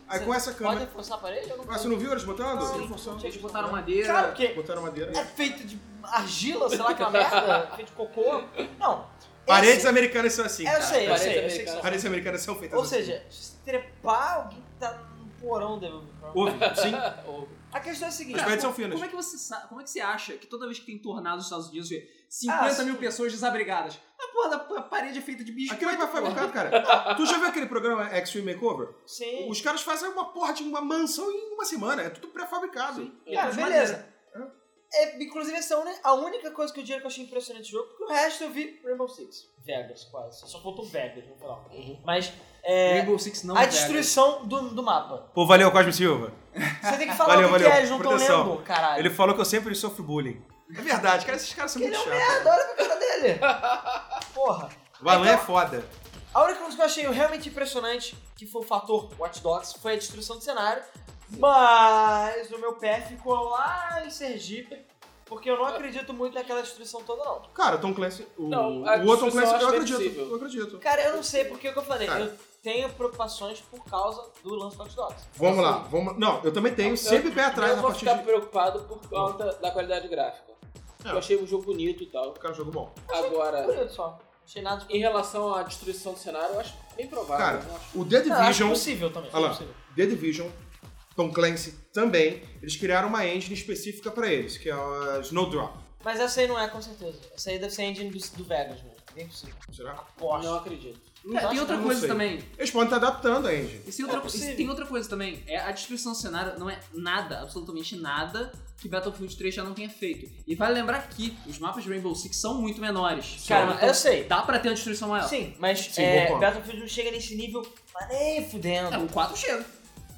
[SPEAKER 5] Aí com essa
[SPEAKER 2] Pode
[SPEAKER 5] câmera.
[SPEAKER 2] forçar a parede ou não
[SPEAKER 5] Ah,
[SPEAKER 1] <laughs>
[SPEAKER 5] você não viu eles botando?
[SPEAKER 2] Não,
[SPEAKER 5] Eles forçando.
[SPEAKER 4] Eles botaram madeira.
[SPEAKER 2] Claro, porque
[SPEAKER 5] Botaram madeira.
[SPEAKER 2] é feito de argila, sei lá, aquela merda, <laughs> feito de cocô. Não.
[SPEAKER 5] Paredes
[SPEAKER 2] Esse-
[SPEAKER 5] americanas são assim.
[SPEAKER 2] É, Eu
[SPEAKER 5] cara.
[SPEAKER 2] sei, eu
[SPEAKER 1] Paredes
[SPEAKER 2] sei, eu sei que são.
[SPEAKER 5] Paredes americanas são feitas
[SPEAKER 2] Ou
[SPEAKER 5] assim.
[SPEAKER 2] seja, se trepar, alguém tá no porão da Ubisoft.
[SPEAKER 5] Ouve, sim.
[SPEAKER 2] A questão é a seguinte.
[SPEAKER 5] As paredes são finas.
[SPEAKER 4] Como é que você sa- como é que você acha que toda vez que tem tornado nos Estados Unidos, vê 50
[SPEAKER 2] Ah,
[SPEAKER 4] mil
[SPEAKER 2] sim.
[SPEAKER 4] pessoas desabrigadas? A porra da p- parede é feita de bicho.
[SPEAKER 5] Aquilo aí vai fabricado, cara. Tu já viu aquele programa Extreme Makeover?
[SPEAKER 2] Sim.
[SPEAKER 5] Os caras fazem uma porra de uma mansão em uma semana. É tudo pré-fabricado.
[SPEAKER 2] Cara, beleza. É, inclusive, essa é a uni- a única coisa que eu diria que eu achei impressionante do jogo, porque o resto eu vi Rainbow Six. Vegas, quase. Só faltou Vegas no final.
[SPEAKER 5] Uhum.
[SPEAKER 2] Mas é,
[SPEAKER 4] Rainbow Six não
[SPEAKER 2] a
[SPEAKER 4] pega.
[SPEAKER 2] destruição do, do mapa.
[SPEAKER 5] Pô, valeu, Cosme Silva.
[SPEAKER 2] Você tem que falar
[SPEAKER 5] Valeu,
[SPEAKER 2] o que, que
[SPEAKER 5] valeu.
[SPEAKER 2] é, eles não estão
[SPEAKER 5] Proteção.
[SPEAKER 2] lendo, caralho.
[SPEAKER 5] Ele falou que eu sempre sofro bullying. É verdade, cara, esses caras são
[SPEAKER 2] Ele
[SPEAKER 5] muito
[SPEAKER 2] é um
[SPEAKER 5] chatos.
[SPEAKER 2] merda, olha pra cara dele. <laughs> Porra.
[SPEAKER 5] O Alan
[SPEAKER 2] Então-
[SPEAKER 5] é foda.
[SPEAKER 2] A única coisa que eu achei realmente impressionante, que foi o fator Watch Dogs, foi a destruição do cenário. Mas o meu pé ficou lá em Sergipe, porque eu não acredito muito naquela destruição toda, não.
[SPEAKER 5] Cara, Tom Clancy. O,
[SPEAKER 1] Não, a
[SPEAKER 5] o outro Tom
[SPEAKER 1] discussão eu
[SPEAKER 5] Clancy, eu
[SPEAKER 1] acho
[SPEAKER 5] acredito.
[SPEAKER 1] verossímil.
[SPEAKER 5] Eu acredito.
[SPEAKER 2] Cara, eu não sei porque é o que eu falei.
[SPEAKER 5] Cara.
[SPEAKER 2] Eu tenho preocupações por causa do lance do Watch Dogs.
[SPEAKER 5] Vamos lá, vamos. Assim, Não, eu também tenho
[SPEAKER 1] Eu-
[SPEAKER 5] sempre pé atrás
[SPEAKER 1] eu
[SPEAKER 5] na
[SPEAKER 1] vou
[SPEAKER 5] partida.
[SPEAKER 1] ficar
[SPEAKER 5] De...
[SPEAKER 1] preocupado por conta da qualidade gráfica.
[SPEAKER 5] É.
[SPEAKER 1] Eu achei o jogo bonito e tal.
[SPEAKER 5] Cara, jogo bom. É.
[SPEAKER 1] Agora,
[SPEAKER 2] Bonito só. Não achei nada de...
[SPEAKER 1] em relação à destruição do cenário, eu acho bem provável. né?
[SPEAKER 5] Cara,
[SPEAKER 1] não Ah, acho-
[SPEAKER 5] O The
[SPEAKER 2] Não, acho
[SPEAKER 5] Division,
[SPEAKER 2] possível Ah, também.
[SPEAKER 5] É Olha lá.
[SPEAKER 2] possível.
[SPEAKER 5] The Division, Tom Clancy também, eles criaram uma engine específica pra eles, que é a Snowdrop.
[SPEAKER 2] Mas essa aí não é, com certeza. Essa aí deve ser a engine do, do Vegas, né? Bem possível.
[SPEAKER 5] Será?
[SPEAKER 2] Poxa.
[SPEAKER 1] Não acredito.
[SPEAKER 2] acho
[SPEAKER 4] Tem
[SPEAKER 2] que
[SPEAKER 4] outra
[SPEAKER 5] não
[SPEAKER 4] coisa
[SPEAKER 5] sei.
[SPEAKER 4] também.
[SPEAKER 5] Eles podem estar adaptando a engine.
[SPEAKER 4] E tem outra,
[SPEAKER 2] É possível.
[SPEAKER 4] e tem outra coisa também, é a destruição do cenário não é nada, absolutamente nada que Battlefield 3 já não tenha feito. E vale lembrar que os mapas de Rainbow Six são muito menores.
[SPEAKER 2] Cara,
[SPEAKER 4] Então,
[SPEAKER 2] eu sei.
[SPEAKER 4] Dá pra ter uma destruição maior.
[SPEAKER 2] Sim, mas
[SPEAKER 5] Sim,
[SPEAKER 2] é,
[SPEAKER 5] bom ponto.
[SPEAKER 2] Battlefield não chega nesse nível, mas nem
[SPEAKER 4] É,
[SPEAKER 2] fudendo.
[SPEAKER 4] o 4 chega.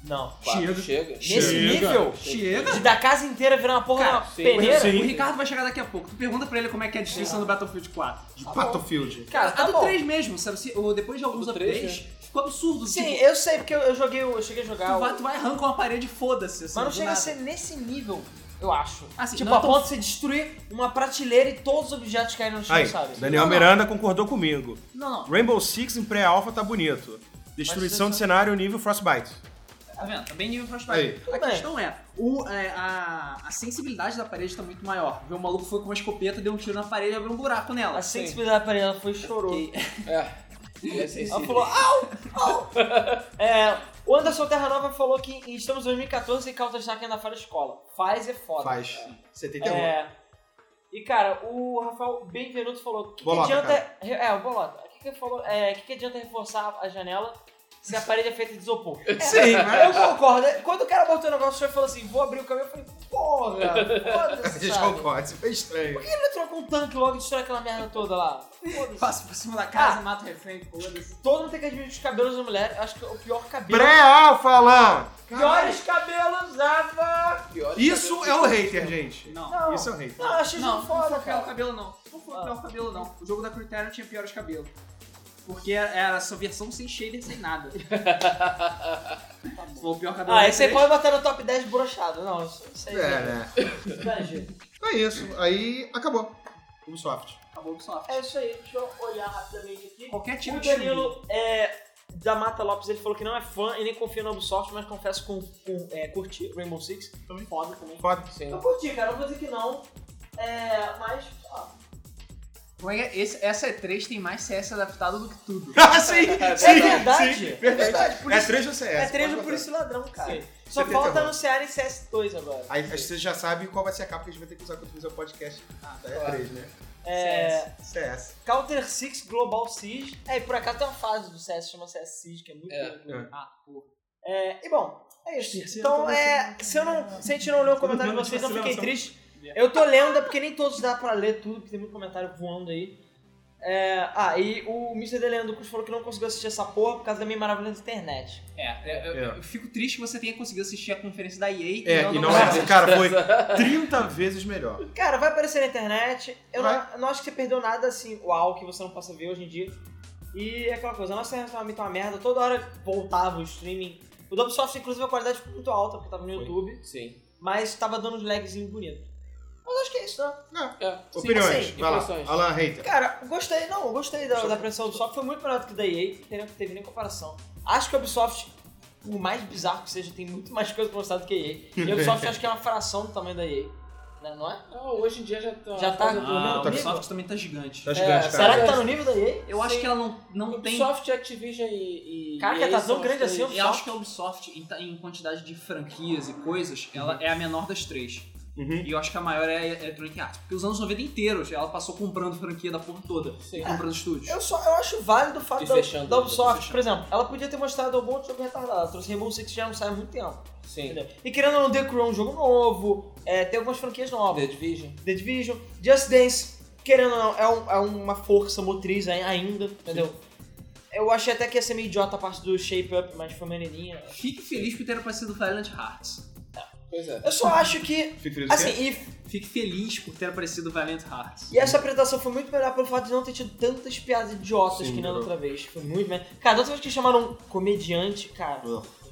[SPEAKER 2] Não.
[SPEAKER 1] Quatro,
[SPEAKER 5] Chega.
[SPEAKER 1] Chega.
[SPEAKER 2] Nesse
[SPEAKER 5] Chega.
[SPEAKER 2] nível,
[SPEAKER 5] Chega!
[SPEAKER 2] de da casa inteira virar uma porra
[SPEAKER 4] Cara,
[SPEAKER 2] de uma
[SPEAKER 1] sim.
[SPEAKER 2] peneira.
[SPEAKER 5] Sim.
[SPEAKER 4] O Ricardo vai chegar daqui a pouco. Tu pergunta pra ele como é que é a destruição do Battlefield 4.
[SPEAKER 1] Tá
[SPEAKER 5] De Battlefield.
[SPEAKER 2] Cara,
[SPEAKER 4] a
[SPEAKER 2] tá
[SPEAKER 4] do
[SPEAKER 2] bom.
[SPEAKER 4] 3 mesmo, sabe? Se- ou depois de alguns
[SPEAKER 1] Do três, né?
[SPEAKER 4] updates, ficou absurdo.
[SPEAKER 2] Sim,
[SPEAKER 4] tipo,
[SPEAKER 2] eu sei, porque eu, eu joguei, o- eu cheguei a jogar
[SPEAKER 4] tu,
[SPEAKER 2] o...
[SPEAKER 4] vai, tu vai arrancar uma parede, foda-se. Assim,
[SPEAKER 2] Mas não
[SPEAKER 4] do
[SPEAKER 2] chega a
[SPEAKER 4] nada.
[SPEAKER 2] ser nesse nível, eu acho.
[SPEAKER 4] Assim,
[SPEAKER 2] tipo,
[SPEAKER 4] não
[SPEAKER 2] a
[SPEAKER 4] é tão-
[SPEAKER 2] ponto de você destruir uma prateleira e todos os objetos caírem no chão,
[SPEAKER 5] Aí,
[SPEAKER 2] sabe?
[SPEAKER 5] Daniel
[SPEAKER 4] Não, não.
[SPEAKER 5] Miranda concordou comigo.
[SPEAKER 4] Não, não.
[SPEAKER 5] Rainbow Six em pré-alpha tá bonito. Destruição de cenário nível Frostbite.
[SPEAKER 4] Tá vendo? Tá bem nível
[SPEAKER 5] Aí.
[SPEAKER 4] Frostbite. A
[SPEAKER 2] bem.
[SPEAKER 4] questão é, o, é, a, a sensibilidade da parede tá muito maior. Viu, o maluco foi com uma escopeta, deu um tiro na parede e abriu um buraco nela.
[SPEAKER 2] Assim que se da parede, ela foi e chorou.
[SPEAKER 4] E-
[SPEAKER 1] É. Esse- esse-
[SPEAKER 2] Ela falou, au, au. É, o Anderson Terra Nova falou que estamos em 2014 e Counter-Strike ainda faz escola. Faz é foda.
[SPEAKER 5] Faz. 71.
[SPEAKER 2] É. E cara, o Rafael Benvenuto falou: que, que
[SPEAKER 5] Bolota,
[SPEAKER 2] adianta. É, o Bolota. O que, que ele falou? É, que, que adianta reforçar a janela se a parede é feita de isopor? É,
[SPEAKER 5] Sim, né?
[SPEAKER 2] eu
[SPEAKER 5] <laughs> mas...
[SPEAKER 2] concordo. Quando o cara botou o negócio e falou assim: vou abrir o caminho, eu falei:
[SPEAKER 5] <laughs>
[SPEAKER 2] porra,
[SPEAKER 5] A
[SPEAKER 2] foda-se.
[SPEAKER 5] gente
[SPEAKER 2] sabe?
[SPEAKER 5] concorda, isso foi estranho.
[SPEAKER 2] Por que ele não trocou um tanque logo e destruiu aquela merda toda lá? Foda-se.
[SPEAKER 4] Passa por cima da casa, mata o refém, foda-se.
[SPEAKER 2] Todo mundo tem que admitir os cabelos da mulher. Eu Acho que é o pior cabelo.
[SPEAKER 5] Pré-alpha, Alan!
[SPEAKER 2] Piores cabelos, Rafa!
[SPEAKER 1] pior.
[SPEAKER 5] Isso é o hater, gente.
[SPEAKER 4] Não.
[SPEAKER 2] Não.
[SPEAKER 5] Isso é o hater.
[SPEAKER 2] Não, eu achei
[SPEAKER 4] Não,
[SPEAKER 2] não, é
[SPEAKER 4] não
[SPEAKER 2] foda,
[SPEAKER 4] foi pior
[SPEAKER 2] cara.
[SPEAKER 4] cabelo, não. Não foi
[SPEAKER 2] Ah.
[SPEAKER 4] pior cabelo, não. O jogo da Criterion tinha piores cabelos. Porque era só versão sem shader, sem nada. Foi o pior cabelo.
[SPEAKER 2] Ah,
[SPEAKER 4] da
[SPEAKER 2] esse aí
[SPEAKER 4] três.
[SPEAKER 2] pode botar no top 10 brochado. Não, isso isso
[SPEAKER 5] É,
[SPEAKER 2] aí.
[SPEAKER 5] né? Então É isso. Aí acabou. Ubisoft.
[SPEAKER 4] Acabou o Ubisoft.
[SPEAKER 2] É isso aí, deixa eu olhar rapidamente aqui.
[SPEAKER 4] Qualquer tipo
[SPEAKER 2] O
[SPEAKER 4] de chumbo.
[SPEAKER 2] Danilo é, da Mata Lopes, ele falou que não é fã e nem confia no Ubisoft, mas confesso com, com é, curti Rainbow Six. Também foda também.
[SPEAKER 5] Foda.
[SPEAKER 1] Sim.
[SPEAKER 2] Eu curti, cara, não vou dizer que não. É, mas, ó.
[SPEAKER 4] Como é que é? Esse- Essa E3 tem mais CS adaptado do que tudo.
[SPEAKER 5] <laughs> Ah, sim!
[SPEAKER 1] É
[SPEAKER 5] sim,
[SPEAKER 2] verdade.
[SPEAKER 5] sim,
[SPEAKER 2] É verdade, por
[SPEAKER 5] É
[SPEAKER 2] isso-
[SPEAKER 5] 3 do CS.
[SPEAKER 2] É treino
[SPEAKER 5] pode
[SPEAKER 2] por
[SPEAKER 5] botar.
[SPEAKER 2] isso ladrão, cara. Só
[SPEAKER 5] 71.
[SPEAKER 2] falta anunciar em CS2 agora.
[SPEAKER 5] Aí acho que você já sabe qual vai ser a capa que a gente vai ter que usar quando fizer o podcast. Ah, tá, é 3, né?
[SPEAKER 2] É,
[SPEAKER 5] CS.
[SPEAKER 2] Counter Six Global Siege. É, e por acaso tem uma fase do CS que chama CS Siege, que é muito
[SPEAKER 1] É.
[SPEAKER 2] bonito.
[SPEAKER 4] Ah, porra.
[SPEAKER 2] É, e bom, é isso.
[SPEAKER 5] Sim, sim, eu
[SPEAKER 2] Então,
[SPEAKER 5] tô
[SPEAKER 2] é, se, eu não, se a gente não leu o comentário de
[SPEAKER 5] mundo
[SPEAKER 2] vocês, eu
[SPEAKER 5] vacilando,
[SPEAKER 2] fiquei
[SPEAKER 5] só-
[SPEAKER 2] triste. Eu tô lendo, é porque nem todos dá pra ler tudo, porque tem muito comentário voando aí. É, ah, e o Mr. Deleandro Cruz falou que não conseguiu assistir essa porra por causa da minha maravilhosa internet.
[SPEAKER 4] É, eu, eu-
[SPEAKER 5] É.
[SPEAKER 4] eu fico triste que você tenha conseguido assistir a conferência da EA
[SPEAKER 5] É,
[SPEAKER 4] e não,
[SPEAKER 5] e
[SPEAKER 4] do
[SPEAKER 5] não
[SPEAKER 4] Microsoft.
[SPEAKER 5] é. Cara, <laughs> foi 30 vezes melhor.
[SPEAKER 2] Cara, vai aparecer na internet. Eu
[SPEAKER 5] Vai.
[SPEAKER 2] não, não acho que você perdeu nada assim, uau, que você não possa ver hoje em dia. E é aquela coisa, nossa relacionamento é uma merda, toda hora voltava o streaming. O do Ubisoft, inclusive, a qualidade ficou muito alta, porque tava no
[SPEAKER 1] Foi.
[SPEAKER 2] YouTube,
[SPEAKER 1] Sim.
[SPEAKER 2] mas tava dando uns lagzinhos bonitos. Mas acho que é isso, né?
[SPEAKER 1] É.
[SPEAKER 5] Opiniões.
[SPEAKER 2] sim, É,
[SPEAKER 5] vai lá.
[SPEAKER 1] impressões.
[SPEAKER 5] Alan hater.
[SPEAKER 2] Cara, gostei, não, gostei da, da pressão do Ubisoft, foi muito melhor do que da EA, não teve- teve nem comparação. Acho que a Ubisoft, por mais bizarro que seja, tem muito mais coisa pra mostrar do que a EA. E a
[SPEAKER 5] <laughs>
[SPEAKER 2] Ubisoft acho que é uma fração do tamanho da EA, né, não é?
[SPEAKER 1] Ah, hoje em dia já tá.
[SPEAKER 2] Já tá-
[SPEAKER 4] Ah, o
[SPEAKER 5] Tá
[SPEAKER 4] Ubisoft também tá gigante.
[SPEAKER 5] Tá
[SPEAKER 1] É, será
[SPEAKER 5] gigante, cara.
[SPEAKER 2] Será que tá no nível da EA?
[SPEAKER 4] Eu acho que ela não, não tem.
[SPEAKER 1] Ubisoft, Activision e. e
[SPEAKER 2] Caraca,
[SPEAKER 1] EA
[SPEAKER 2] tá
[SPEAKER 1] são
[SPEAKER 2] tão grande
[SPEAKER 1] as
[SPEAKER 2] assim,
[SPEAKER 1] três-
[SPEAKER 2] eu-
[SPEAKER 4] Eu acho que a Ubisoft, em, ta- em quantidade de franquias e coisas, ela é a menor das três.
[SPEAKER 5] Uhum.
[SPEAKER 4] E eu acho que a maior é a Electronic Arts. Porque os anos 90 inteiros ela passou comprando franquia da porra toda.
[SPEAKER 1] Sim.
[SPEAKER 4] E comprando estúdios.
[SPEAKER 2] Eu, só, eu acho válido o fato
[SPEAKER 1] E
[SPEAKER 2] da,
[SPEAKER 1] fechando,
[SPEAKER 2] da Ubisoft,
[SPEAKER 4] fechando.
[SPEAKER 2] por exemplo, ela podia ter mostrado algum outro jogo retardado. Ela trouxe Rainbow Six já não sai há muito tempo.
[SPEAKER 1] Sim.
[SPEAKER 2] Entendeu? E querendo ou não, The Crew é um jogo novo, é, tem algumas franquias novas.
[SPEAKER 1] The Division.
[SPEAKER 2] The Division, Just Dance, querendo ou não, é, um- é uma força motriz ai- ainda, entendeu? Eu achei até que ia ser meio idiota a parte do Shape Up, mas foi maneirinha.
[SPEAKER 4] Fique feliz por ter aparecido Violent Hearts.
[SPEAKER 1] Pois é.
[SPEAKER 2] Eu só acho que.
[SPEAKER 5] Fico feliz do
[SPEAKER 2] Assim,
[SPEAKER 5] quê?
[SPEAKER 2] e,
[SPEAKER 4] Fique feliz por ter aparecido Valiant Hearts.
[SPEAKER 2] e essa apresentação foi muito melhor pelo fato de não ter tido tantas piadas idiotas
[SPEAKER 5] Sim,
[SPEAKER 2] que nem da
[SPEAKER 5] garoto.
[SPEAKER 2] outra vez. Foi muito melhor. Cara, da outra vez que chamaram um comediante, cara.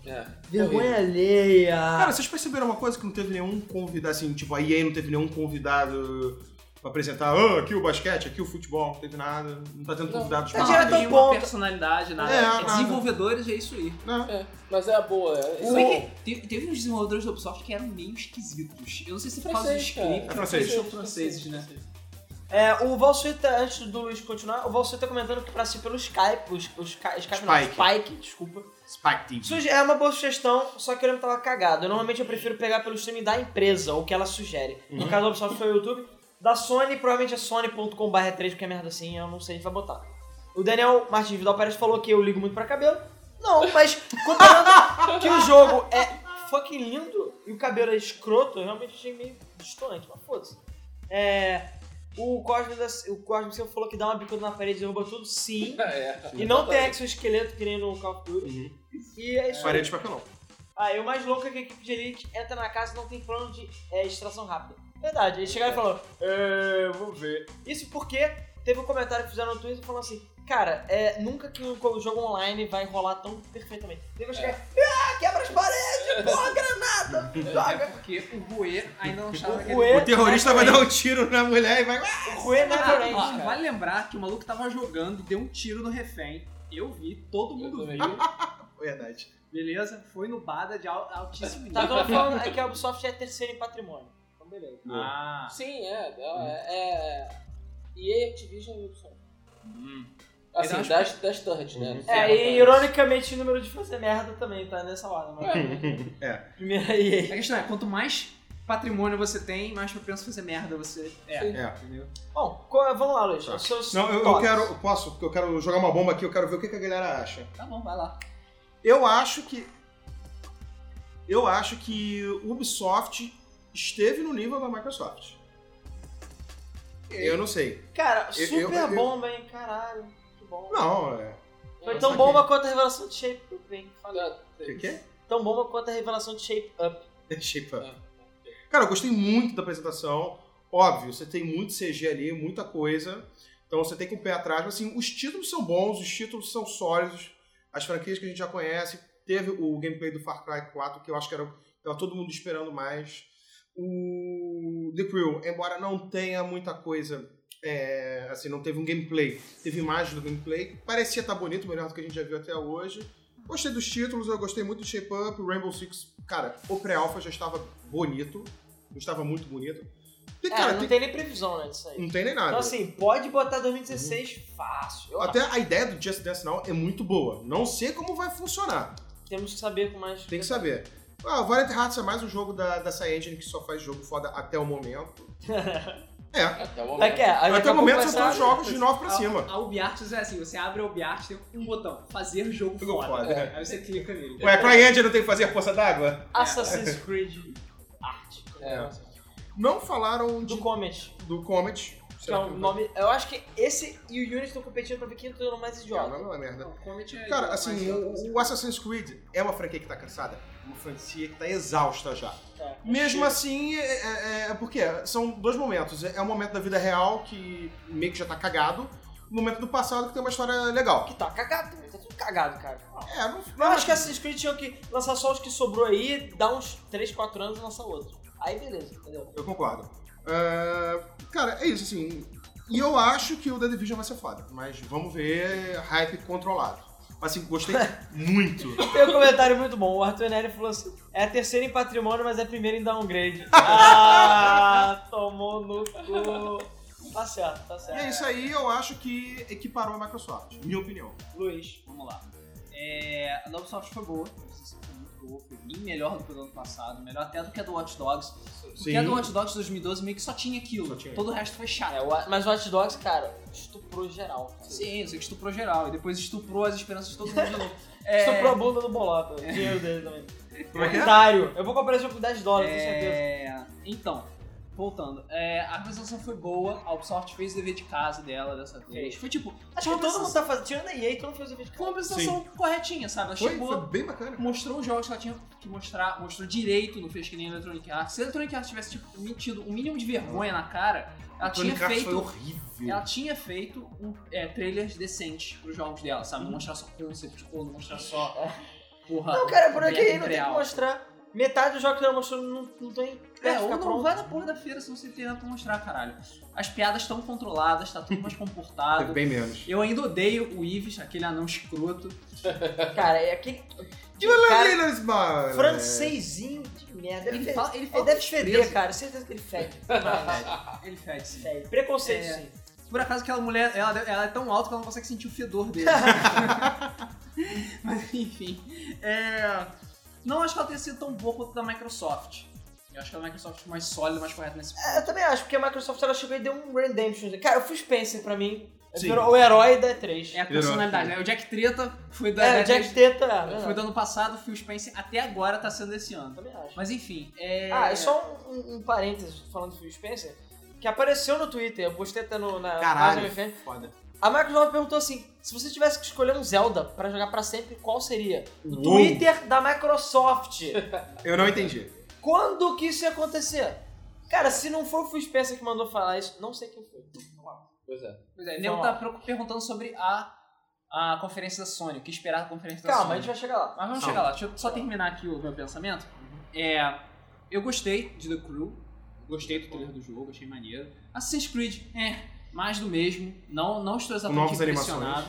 [SPEAKER 1] é.
[SPEAKER 2] Vergonha alheia.
[SPEAKER 5] Cara, vocês perceberam uma coisa que não teve nenhum convidado, assim, tipo, a EA não teve nenhum convidado pra apresentar, ah, aqui o basquete, aqui o futebol, não teve nada, não tá tendo
[SPEAKER 1] Não,
[SPEAKER 5] convidados
[SPEAKER 2] tá
[SPEAKER 5] pra
[SPEAKER 2] direto
[SPEAKER 5] nada.
[SPEAKER 2] ao
[SPEAKER 4] tem uma
[SPEAKER 2] ponto.
[SPEAKER 4] personalidade, nada.
[SPEAKER 5] É,
[SPEAKER 4] É,
[SPEAKER 5] nada.
[SPEAKER 4] desenvolvedores, é isso aí.
[SPEAKER 5] Não.
[SPEAKER 1] É, mas é a boa. É, <laughs>
[SPEAKER 4] Se bem que teve, teve uns desenvolvedores da Ubisoft que eram meio esquisitos. Eu não sei se por causa dos
[SPEAKER 1] Francês, cara.
[SPEAKER 4] scripts
[SPEAKER 5] É francês.
[SPEAKER 4] são franceses, né?
[SPEAKER 2] É, o Valsuita, antes do Luiz continuar, o Valsuita tá comentando que pra ser pelo Skype, o, o Sky- Skype não,
[SPEAKER 5] Spike.
[SPEAKER 2] Spike, desculpa.
[SPEAKER 5] Spike Team.
[SPEAKER 2] Suge- É uma boa sugestão, só que eu não tava cagado. Eu, normalmente eu prefiro pegar pelo streaming da empresa, ou o que ela sugere. No caso da Ubisoft foi o YouTube. Da Sony, provavelmente é sony.com/3, porque é merda assim, eu não sei, a gente vai botar. O Daniel Martins Vidal Pérez falou que eu ligo muito pra cabelo. Não, mas considerando que o jogo é fucking lindo e o cabelo é escroto, eu realmente achei meio distante, mas foda-se. É, o Cosmo, da- o Cosmo Silva falou que dá uma bicuda na parede e derruba tudo, sim.
[SPEAKER 1] É.
[SPEAKER 2] E não tem exoesqueleto que nem no Call of Duty.
[SPEAKER 5] Uhum.
[SPEAKER 2] E é isso aí.
[SPEAKER 5] Parede de papelão.
[SPEAKER 2] Ah, e o mais louco é que a equipe de elite entra na casa e não tem plano de é, extração rápida. Verdade, eles chegaram e falaram, é, vou ver. Isso porque teve um comentário que fizeram no Twitter falando assim, cara, é, nunca que um co- jogo online vai rolar tão perfeitamente. Ele vai chegar,
[SPEAKER 5] É.
[SPEAKER 2] ah, quebra as
[SPEAKER 5] <laughs>
[SPEAKER 2] paredes, porra, granada, joga.
[SPEAKER 4] É Porque o Rue ainda não estava
[SPEAKER 2] O
[SPEAKER 4] naquele
[SPEAKER 2] Rue- é
[SPEAKER 5] O terrorista vai dar um tiro na mulher e vai.
[SPEAKER 2] O Rue
[SPEAKER 5] né,
[SPEAKER 2] never
[SPEAKER 4] Ah,
[SPEAKER 2] ends,
[SPEAKER 4] ó,
[SPEAKER 2] cara.
[SPEAKER 4] vale lembrar que o maluco tava jogando e deu um tiro no refém. Eu vi, todo mundo viu.
[SPEAKER 5] Verdade.
[SPEAKER 4] Beleza? Foi no Bada de al- altíssimo nível.
[SPEAKER 2] Tá todo falando é que a Ubisoft é terceira em patrimônio. Então beleza.
[SPEAKER 4] Ah.
[SPEAKER 1] Sim, é. Ela é, é. EA Activision e Ubisoft.
[SPEAKER 4] Hum. Então,
[SPEAKER 1] Assim,
[SPEAKER 4] acho
[SPEAKER 1] das, das turrets, né?
[SPEAKER 2] É, e ironicamente o número de fazer merda também tá nessa ordem, mas...
[SPEAKER 5] É.
[SPEAKER 2] Primeiro aí.
[SPEAKER 4] A questão é, quanto mais patrimônio você tem, mais propenso a fazer merda você é.
[SPEAKER 1] Sim.
[SPEAKER 5] É.
[SPEAKER 4] Entendeu?
[SPEAKER 2] Bom, qual é- vamos lá, Luiz.
[SPEAKER 5] Tá.
[SPEAKER 2] Os seus
[SPEAKER 5] Não, eu, eu
[SPEAKER 2] toques.
[SPEAKER 5] quero. eu Posso? Porque eu quero jogar uma bomba aqui, eu quero ver o que, que a galera acha.
[SPEAKER 4] Tá bom, vai lá.
[SPEAKER 5] Eu acho que. Eu acho que Ubisoft esteve no nível da Microsoft. Eu não sei.
[SPEAKER 2] Cara,
[SPEAKER 5] Eu-
[SPEAKER 2] super
[SPEAKER 5] eu- eu-
[SPEAKER 2] bomba, hein? Caralho, que bom.
[SPEAKER 5] Não, é.
[SPEAKER 2] Foi
[SPEAKER 1] Foi
[SPEAKER 2] tão
[SPEAKER 5] saquei.
[SPEAKER 2] bomba quanto a revelação de Shape Up, hein? Falei.
[SPEAKER 5] O que, que é? Ah, tá.
[SPEAKER 2] Tão bomba quanto a revelação de Shape Up.
[SPEAKER 5] Shape Up. É Cara, eu gostei muito da apresentação. Óbvio, você tem muito CG ali, muita coisa. Então você tem que ir com o pé atrás. Mas assim, os títulos são bons, os títulos são sólidos. As franquias que a gente já conhece. Teve o gameplay do Far Cry 4, que eu acho que era, tava todo mundo esperando mais. O The Crew, embora não tenha muita coisa, é, assim, não teve um gameplay, teve imagem do gameplay. Parecia estar bonito, melhor do que a gente já viu até hoje. Gostei dos títulos, eu gostei muito do Shape Up, o Rainbow Six, cara, o pré-alpha já estava bonito, já estava muito bonito. E,
[SPEAKER 2] É, não
[SPEAKER 5] cara, tem- Uhum.
[SPEAKER 2] tem nem previsão, né, disso aí.
[SPEAKER 5] não tem nem nada.
[SPEAKER 2] Então, assim, pode botar 2016 fácil. Eu
[SPEAKER 5] Até a ideia do Just Dance Now é muito boa. Não sei como vai funcionar.
[SPEAKER 2] acho. Temos que saber com mais...
[SPEAKER 5] Tem que saber. Ah, Valiant Hearts é mais um jogo da, dessa engine que só faz jogo foda até o momento. É.
[SPEAKER 1] Até o
[SPEAKER 2] É
[SPEAKER 1] momento.
[SPEAKER 2] que é, aí daqui
[SPEAKER 5] Até
[SPEAKER 2] a
[SPEAKER 5] o momento um
[SPEAKER 2] pouco
[SPEAKER 5] são
[SPEAKER 2] vai
[SPEAKER 5] todos
[SPEAKER 2] sair-
[SPEAKER 5] jogos de 9 pra cima.
[SPEAKER 4] A, a UbiArts é assim, você abre a UbiArts, tem um botão, fazer jogo
[SPEAKER 5] Jogo
[SPEAKER 4] foda.
[SPEAKER 5] foda.
[SPEAKER 4] É, Aí você clica nele.
[SPEAKER 5] Ué, a CryEngine não tem que fazer a poça d'água? É.
[SPEAKER 2] Assassin's Creed Art.
[SPEAKER 1] É.
[SPEAKER 5] Não falaram de-
[SPEAKER 2] Do Comet,
[SPEAKER 5] do Comet.
[SPEAKER 2] que é
[SPEAKER 5] Será
[SPEAKER 2] o
[SPEAKER 5] que-
[SPEAKER 2] nome... Eu acho que esse e o Unity estão competindo pra ver quem é o mais
[SPEAKER 5] Ah,
[SPEAKER 2] idiota.
[SPEAKER 5] mas não é merda.
[SPEAKER 4] Não, o Comet é
[SPEAKER 5] Cara,
[SPEAKER 4] mais
[SPEAKER 5] assim,
[SPEAKER 4] idiota,
[SPEAKER 5] o, o Assassin's Creed é uma franquia que tá cansada? Uma franquia que tá exausta já.
[SPEAKER 2] É.
[SPEAKER 5] Mesmo assim, é, é- é porque são dois momentos. É é o momento da vida real, que meio que já tá cagado, e o momento do passado, que tem uma história legal.
[SPEAKER 2] Que tá cagado, tá tudo cagado, cara.
[SPEAKER 5] É, não
[SPEAKER 2] Eu acho que Assassin's Creed tinha que lançar só os que sobrou aí, dar uns 3, 4 anos e lançar outro. Aí beleza, entendeu?
[SPEAKER 5] Eu concordo. É, cara, é isso, assim. E eu acho que o The Division vai ser foda, mas vamos ver hype controlado. Mas assim,
[SPEAKER 2] <laughs>
[SPEAKER 5] gostei muito.
[SPEAKER 2] Tem um comentário muito bom. O Arthur Neri falou assim: é a terceira em patrimônio, mas é a primeira em <laughs> downgrade. ah, tomou no cu. Tá certo, tá
[SPEAKER 5] E
[SPEAKER 2] certo.
[SPEAKER 5] é isso aí, eu acho que equiparou a Microsoft, minha opinião.
[SPEAKER 2] Luiz.
[SPEAKER 4] Vamos lá. É, a da Ubisoft foi boa, a sensação foi muito boa, foi bem melhor do que o do ano passado, melhor até do que a do Watch Dogs. Porque
[SPEAKER 5] Sim.
[SPEAKER 4] a do Watch Dogs 2012 meio que só tinha aquilo,
[SPEAKER 5] Só tinha.
[SPEAKER 4] todo o resto foi chato.
[SPEAKER 2] É, o Wa- mas o Watch Dogs, cara, estuprou geral. Cara.
[SPEAKER 4] Sim, você estuprou geral, e depois estuprou as esperanças de todo
[SPEAKER 5] <laughs>
[SPEAKER 4] mundo de novo. É,
[SPEAKER 2] Estuprou a bunda do Bolota. O dinheiro dele também.
[SPEAKER 5] Como é que é?
[SPEAKER 2] Otário. Eu vou comprar esse jogo por 10 dólares, com certeza.
[SPEAKER 4] é, Então, Voltando, é, a apresentação foi boa, a Ubisoft fez o dever de casa dela dessa vez.
[SPEAKER 2] Fez.
[SPEAKER 4] Foi tipo,
[SPEAKER 2] Acho que todo mundo tá fazendo. Tirando a EA, todo mundo fez o vídeo.
[SPEAKER 4] foi uma apresentação corretinha, sabe? Ela
[SPEAKER 5] Foi,
[SPEAKER 4] chegou,
[SPEAKER 5] foi bem bacana.
[SPEAKER 4] mostrou os jogos que ela tinha que mostrar, mostrou direito, não fez que nem a Electronic Arts. Se a Electronic Arts tivesse tipo, mentido um mínimo de vergonha na cara, ela tinha
[SPEAKER 5] Electronic Arts foi
[SPEAKER 4] feito.
[SPEAKER 5] horrível.
[SPEAKER 4] Ela tinha feito um, é, trailers decentes pros jogos dela, sabe? Não mostrar só concept, ou não mostrar só. Porra.
[SPEAKER 2] É. Não, cara, por aqui
[SPEAKER 4] é
[SPEAKER 2] não tem que
[SPEAKER 4] real.
[SPEAKER 2] mostrar. Metade dos jogos que ela mostrou não, não tem.
[SPEAKER 4] É, ou
[SPEAKER 2] ficar
[SPEAKER 4] não
[SPEAKER 2] pronto.
[SPEAKER 4] vai na porra da feira se você tem nada pra mostrar, caralho. As piadas estão controladas, tá tudo mais
[SPEAKER 5] Foi <laughs>
[SPEAKER 4] comportado.
[SPEAKER 5] bem menos.
[SPEAKER 4] Eu ainda odeio o Ives, aquele anão escroto.
[SPEAKER 2] Cara, é aquele. Cara,
[SPEAKER 5] Meninas, mano.
[SPEAKER 2] francesinho de merda. Ele,
[SPEAKER 4] Ele
[SPEAKER 2] fez-
[SPEAKER 4] fala- ele
[SPEAKER 2] ele
[SPEAKER 4] fala
[SPEAKER 2] deve
[SPEAKER 4] com
[SPEAKER 2] feder,
[SPEAKER 4] desprezo.
[SPEAKER 2] cara. Certeza que ele fede.
[SPEAKER 4] Ele fede, sim.
[SPEAKER 2] fede. Preconceito,
[SPEAKER 4] É.
[SPEAKER 2] sim.
[SPEAKER 4] Por acaso aquela mulher, ela, ela é tão alta que ela não consegue sentir o fedor
[SPEAKER 2] <laughs>
[SPEAKER 4] dele. Mas enfim. é, Não acho que ela tenha sido tão boa quanto a da Microsoft. Eu acho que a Microsoft foi mais sólida, mais correta nesse
[SPEAKER 2] É, Eu também acho, porque a Microsoft ela chegou e deu um Redemption. Cara, o Phil Spencer pra mim
[SPEAKER 5] Sim.
[SPEAKER 2] virou o herói da E3.
[SPEAKER 4] É a personalidade, né? O Jack Treta foi da.
[SPEAKER 2] É,
[SPEAKER 4] da-
[SPEAKER 2] o Jack Teta. é,
[SPEAKER 4] foi
[SPEAKER 2] verdade.
[SPEAKER 4] do ano passado, o Phil Spencer até agora tá sendo desse ano.
[SPEAKER 2] Também acho.
[SPEAKER 4] Mas enfim, é.
[SPEAKER 2] Ah, e só um, um- um parênteses falando do Phil Spencer, que apareceu no Twitter, eu postei até no, na página
[SPEAKER 5] Caralho.
[SPEAKER 2] do MFN.
[SPEAKER 5] É Foda.
[SPEAKER 2] A Microsoft perguntou assim: se você tivesse que escolher um Zelda pra jogar pra sempre, qual seria? O
[SPEAKER 5] Uou.
[SPEAKER 2] Twitter da Microsoft.
[SPEAKER 5] Eu não entendi.
[SPEAKER 2] Quando que isso ia acontecer? Cara, se não foi o Phil Spencer que mandou falar isso, não sei quem foi.
[SPEAKER 1] Pois é.
[SPEAKER 4] Pois é, o nego tá pro- perguntando sobre a, a conferência da Sony, o que esperar da conferência da
[SPEAKER 2] Calma, a
[SPEAKER 4] Sony.
[SPEAKER 2] gente vai chegar lá.
[SPEAKER 4] Mas vamos
[SPEAKER 5] Calma.
[SPEAKER 4] chegar lá, deixa eu só terminar aqui o meu pensamento. É, eu gostei de The Crew, gostei do trailer do jogo, achei maneiro. Assassin's Creed, é, mais do mesmo, não, não estou exatamente
[SPEAKER 5] Novas animações.
[SPEAKER 4] impressionado.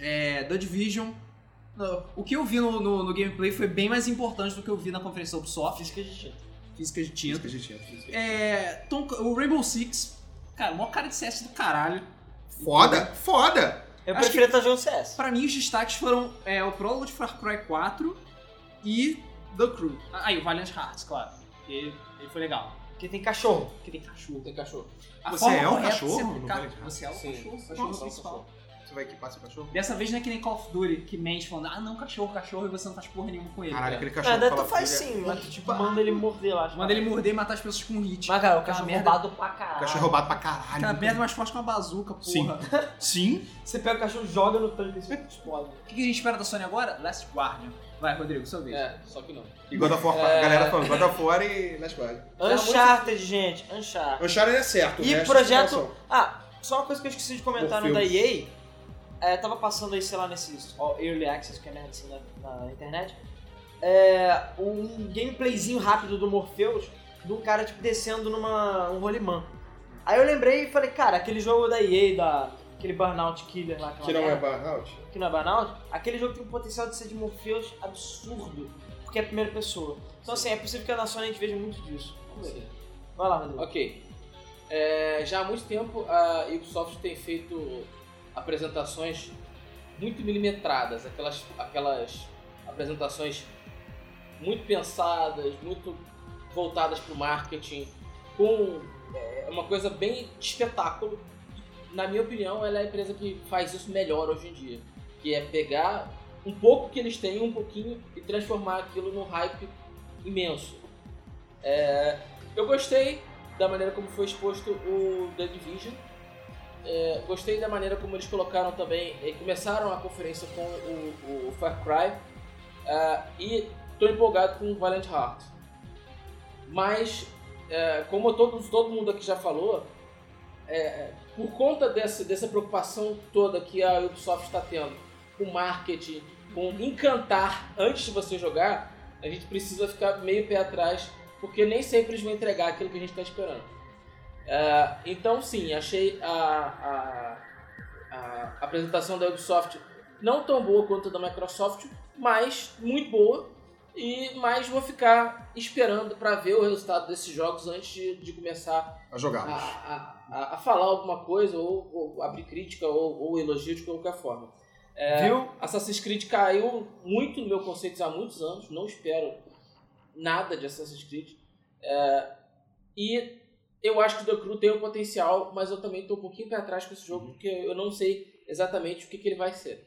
[SPEAKER 4] É, The Division, não, o que eu vi no, no- no gameplay foi bem mais importante do que eu vi na conferência da Ubisoft,
[SPEAKER 2] Física de tinta.
[SPEAKER 4] física de
[SPEAKER 5] Isso
[SPEAKER 4] tinta.
[SPEAKER 5] que a gente tinha.
[SPEAKER 4] É, Tom- o Rainbow Six, cara, o maior cara de CS do caralho.
[SPEAKER 5] Foda? Foda!
[SPEAKER 2] Eu
[SPEAKER 4] Acho
[SPEAKER 2] preferia estar jogando CS.
[SPEAKER 4] Pra mim, os destaques foram é, o prólogo de Far Cry 4 e The Crew. Ah, Aí, o Valiant Hearts, claro. Ele, ele foi legal.
[SPEAKER 2] Porque tem cachorro.
[SPEAKER 4] Porque tem cachorro.
[SPEAKER 1] Tem cachorro.
[SPEAKER 4] A
[SPEAKER 5] Você
[SPEAKER 4] forma
[SPEAKER 5] é um
[SPEAKER 4] correta de
[SPEAKER 5] cachorro
[SPEAKER 4] ser-
[SPEAKER 5] no
[SPEAKER 4] Cara,
[SPEAKER 5] Valiant Hearts?
[SPEAKER 4] Você é um
[SPEAKER 1] Sim,
[SPEAKER 4] cachorro.
[SPEAKER 1] cachorro,
[SPEAKER 4] cachorro
[SPEAKER 1] só um
[SPEAKER 4] principal.
[SPEAKER 1] cachorro.
[SPEAKER 5] Você vai equipar seu cachorro?
[SPEAKER 4] Dessa vez não é que nem Call of Duty, que mente falando, ah não, cachorro, cachorro, e você não faz porra nenhuma com ele.
[SPEAKER 5] Caralho,
[SPEAKER 4] cara.
[SPEAKER 5] aquele
[SPEAKER 2] Ah,
[SPEAKER 5] cachorro.
[SPEAKER 2] daí
[SPEAKER 5] fala é
[SPEAKER 2] tu faz
[SPEAKER 5] filha.
[SPEAKER 2] sim, mas tu tipo, manda ele morder lá. acho
[SPEAKER 4] Manda
[SPEAKER 2] que-
[SPEAKER 4] ele morder e matar as pessoas com um hit.
[SPEAKER 2] Mas, cara, o cachorro
[SPEAKER 4] merda.
[SPEAKER 2] roubado pra caralho.
[SPEAKER 5] Cachorro é roubado pra caralho.
[SPEAKER 4] Aquela merda mais forte que uma bazuca, porra.
[SPEAKER 5] Sim. Sim.
[SPEAKER 2] Você pega o cachorro, joga no tanque e explode.
[SPEAKER 4] O que que a gente espera da Sony agora? Last Guardian. Vai, Rodrigo, sua vez.
[SPEAKER 1] É, só que não.
[SPEAKER 5] E God of War,
[SPEAKER 1] É.
[SPEAKER 5] galera falando God of War e Last Guard.
[SPEAKER 2] Uncharted, gente, Uncharted.
[SPEAKER 5] Uncharted é certo. o
[SPEAKER 2] E
[SPEAKER 5] resto é
[SPEAKER 2] projeto-
[SPEAKER 5] situação.
[SPEAKER 2] Ah, só uma coisa que eu esqueci de comentar
[SPEAKER 5] Por
[SPEAKER 2] no da
[SPEAKER 5] filmes.
[SPEAKER 2] EA. É, tava passando aí, sei lá, nesses ó, Early Access, que é merda assim na, na internet. É, um gameplayzinho rápido do Morpheus, de um cara tipo descendo numa um rolimã. Aí eu lembrei e falei, cara, aquele jogo da EA, da, aquele Burnout Killer lá. aquela
[SPEAKER 5] Que não
[SPEAKER 2] merda.
[SPEAKER 5] é Burnout?
[SPEAKER 2] que não é Burnout, aquele jogo tem um potencial de ser de Morpheus absurdo, porque é a primeira pessoa. Então assim, é possível que na Sony a gente veja muito disso.
[SPEAKER 1] Vamos ver.
[SPEAKER 2] Vai lá, Rodrigo.
[SPEAKER 1] Ok. É, já há muito tempo a Ubisoft tem feito apresentações muito milimetradas, aquelas, aquelas apresentações muito pensadas, muito voltadas para o marketing, com é, uma coisa bem de espetáculo. Na minha opinião, ela é a empresa que faz isso melhor hoje em dia, que é pegar um pouco que eles têm, um pouquinho, e transformar aquilo num hype imenso. É, eu gostei da maneira como foi exposto o The Division. É, gostei da maneira como eles colocaram também, eh, começaram a conferência com o, o Far Cry. Ah, e tô empolgado com o Valiant Heart. Mas, eh, como todo, todo mundo aqui já falou, eh, por conta dessa, dessa preocupação toda que a Ubisoft está tendo com marketing, com encantar antes de você jogar, a gente precisa ficar meio pé atrás porque nem sempre eles vão entregar aquilo que a gente está esperando. Ah, então, sim, achei a, a- a apresentação da Ubisoft não tão boa quanto a da Microsoft, mas muito boa. E mais vou ficar esperando para ver o resultado desses jogos antes de, de começar
[SPEAKER 5] A
[SPEAKER 1] a,
[SPEAKER 5] jogar.
[SPEAKER 1] a- a- a falar alguma coisa ou, ou abrir crítica ou, ou elogio de qualquer forma.
[SPEAKER 2] Viu?
[SPEAKER 1] Assassin's Creed caiu muito no meu conceito há muitos anos, não espero nada de Assassin's Creed. É, e eu acho que o The Crew tem o potencial, mas eu também estou um pouquinho para trás com esse jogo, porque eu não sei exatamente o que, que ele vai ser.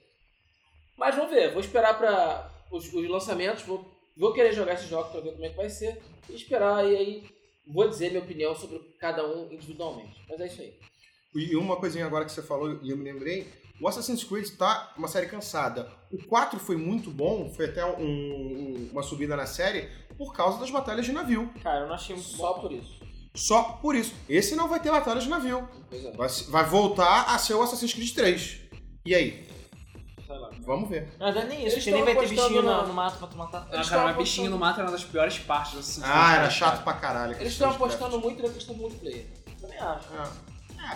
[SPEAKER 1] Mas vamos ver, vou esperar para os, os lançamentos, vou, vou querer jogar esse jogo para ver como é que vai ser, e esperar e aí vou dizer minha opinião sobre cada um individualmente. Mas é isso aí.
[SPEAKER 5] E uma coisinha agora que você falou e eu me lembrei, o Assassin's Creed tá uma série cansada. O 4 foi muito bom, foi até um- um- uma subida na série, por causa das batalhas de navio.
[SPEAKER 2] Cara, eu não achei muito
[SPEAKER 1] Só
[SPEAKER 2] bom.
[SPEAKER 1] por isso.
[SPEAKER 5] Só por isso. Esse não vai ter batalhas de navio.
[SPEAKER 1] Pois é.
[SPEAKER 5] Vai, se- vai voltar a ser o Assassin's Creed 3. E aí?
[SPEAKER 2] Sei lá.
[SPEAKER 5] Vamos ver.
[SPEAKER 2] Na verdade, é nem isso,
[SPEAKER 1] Eles
[SPEAKER 2] porque nem
[SPEAKER 1] estão
[SPEAKER 2] vai ter
[SPEAKER 1] apostando
[SPEAKER 2] bichinho
[SPEAKER 1] na-
[SPEAKER 2] no, no mato pra tu matar.
[SPEAKER 4] Ah,
[SPEAKER 1] Eles
[SPEAKER 4] cara,
[SPEAKER 1] estavam
[SPEAKER 4] mas bichinho no mato era uma das piores partes do Assassin's Creed,
[SPEAKER 5] Ah, era
[SPEAKER 4] cara.
[SPEAKER 5] chato pra caralho. aquele
[SPEAKER 1] Eles estão
[SPEAKER 5] Assassin's Creed.
[SPEAKER 1] apostando muito na questão do multiplayer.
[SPEAKER 2] Também acho.
[SPEAKER 5] Ah,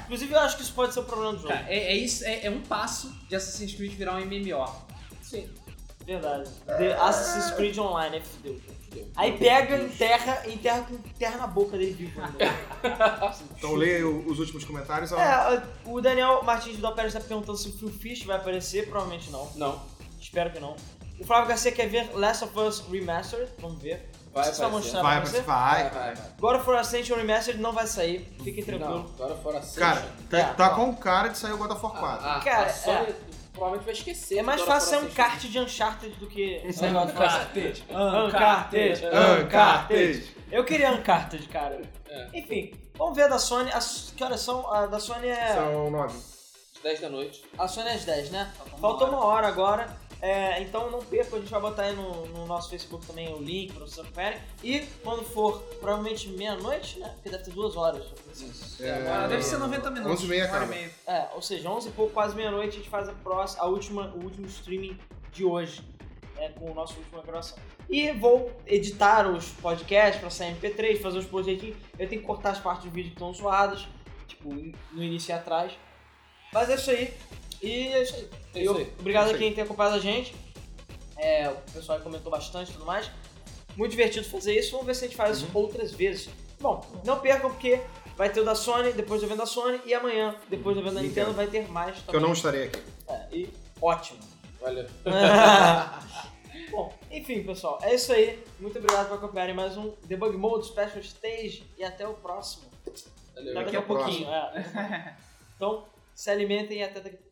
[SPEAKER 2] Inclusive, eu acho que isso pode ser o problema do jogo.
[SPEAKER 4] Cara, é, é isso, é, é um passo de Assassin's Creed virar um MMO.
[SPEAKER 1] Sim.
[SPEAKER 2] Verdade. The Assassin's Creed Online, aí fudeu.
[SPEAKER 1] Fudeu.
[SPEAKER 2] Aí pega, enterra, enterra com terra na boca dele vivo. né? ainda.
[SPEAKER 1] <laughs>
[SPEAKER 5] Então leia o- os últimos comentários. ó.
[SPEAKER 1] Então.
[SPEAKER 2] é, o Daniel Martins do Pérez tá perguntando se o Phil Fish vai aparecer, provavelmente não.
[SPEAKER 1] Não.
[SPEAKER 2] Espero que não. O Flávio Garcia quer ver Last of Us Remastered, vamos ver.
[SPEAKER 1] Vai
[SPEAKER 2] Vocês estavam
[SPEAKER 1] aparecer.
[SPEAKER 2] achando-
[SPEAKER 5] vai,
[SPEAKER 2] você?
[SPEAKER 5] vai, vai.
[SPEAKER 1] vai, vai.
[SPEAKER 2] God of War Ascension Remastered não vai sair, fiquem
[SPEAKER 1] Não,
[SPEAKER 2] tranquilos.
[SPEAKER 1] agora fora Ascension.
[SPEAKER 5] Cara, tá,
[SPEAKER 2] É,
[SPEAKER 5] tá
[SPEAKER 2] ó. Ah,
[SPEAKER 5] com cara de sair o God of War 4.
[SPEAKER 1] a, a,
[SPEAKER 2] Cara,
[SPEAKER 1] a Sony provavelmente vai esquecer.
[SPEAKER 2] É mais
[SPEAKER 1] agora
[SPEAKER 2] fácil
[SPEAKER 1] fora
[SPEAKER 2] ser um
[SPEAKER 1] Ascension.
[SPEAKER 2] kart de Uncharted do que
[SPEAKER 5] Esse
[SPEAKER 2] um
[SPEAKER 5] é
[SPEAKER 2] negócio fácil.
[SPEAKER 4] Uncharted!
[SPEAKER 2] Uncharted!
[SPEAKER 5] Ah,
[SPEAKER 2] Uncharted! Eu queria um Uncharted, cara.
[SPEAKER 1] É.
[SPEAKER 2] Enfim, vamos ver a da Sony. A, Su- que horas são? A da Sony é.
[SPEAKER 5] São nove.
[SPEAKER 1] 10 da noite.
[SPEAKER 2] A Sony é às 10, né?
[SPEAKER 4] Falta uma
[SPEAKER 2] Faltou
[SPEAKER 4] hora.
[SPEAKER 2] uma hora agora. É, então não perca, a gente vai botar aí no, no nosso Facebook também o link pra vocês acompanharem. E quando for provavelmente meia-noite, né? Porque deve ter duas horas.
[SPEAKER 5] É,
[SPEAKER 4] Ah, deve ser 90 minutos.
[SPEAKER 5] 11 e meia
[SPEAKER 4] uma hora
[SPEAKER 5] acaba.
[SPEAKER 4] meia.
[SPEAKER 2] É, ou seja, 11 e pouco, quase meia-noite, a gente faz a próxima, a última, o último streaming de hoje, né, com o nosso última gravação. E vou editar os podcasts pra sair MP3, fazer os posts direitinho. Eu tenho que cortar as partes do vídeo que estão zoadas, tipo, no início e atrás. Mas é isso aí. E é isso aí.
[SPEAKER 1] É isso
[SPEAKER 2] Eu-
[SPEAKER 1] aí.
[SPEAKER 2] Obrigado
[SPEAKER 5] É isso
[SPEAKER 2] a quem tem acompanhado a gente. É, o pessoal aí comentou bastante e tudo mais. Muito divertido fazer isso. Vamos ver se a gente faz
[SPEAKER 5] Uhum.
[SPEAKER 2] isso outras vezes. Bom, não percam porque vai ter o da Sony, depois do evento da Sony e amanhã, depois do evento da Nintendo,
[SPEAKER 5] Nintendo.
[SPEAKER 2] vai ter mais
[SPEAKER 5] Uhum. Que eu
[SPEAKER 2] também.
[SPEAKER 5] não estarei aqui.
[SPEAKER 2] É, e
[SPEAKER 5] <laughs>
[SPEAKER 2] ótimo.
[SPEAKER 1] Valeu.
[SPEAKER 2] Bom, enfim, pessoal, é isso aí. Muito obrigado por acompanharem mais um Debug Mode Special Stage e até o próximo.
[SPEAKER 1] Valeu.
[SPEAKER 5] <laughs>
[SPEAKER 2] Daqui a pouquinho. é. Então, se alimentem e até daqui a pouco.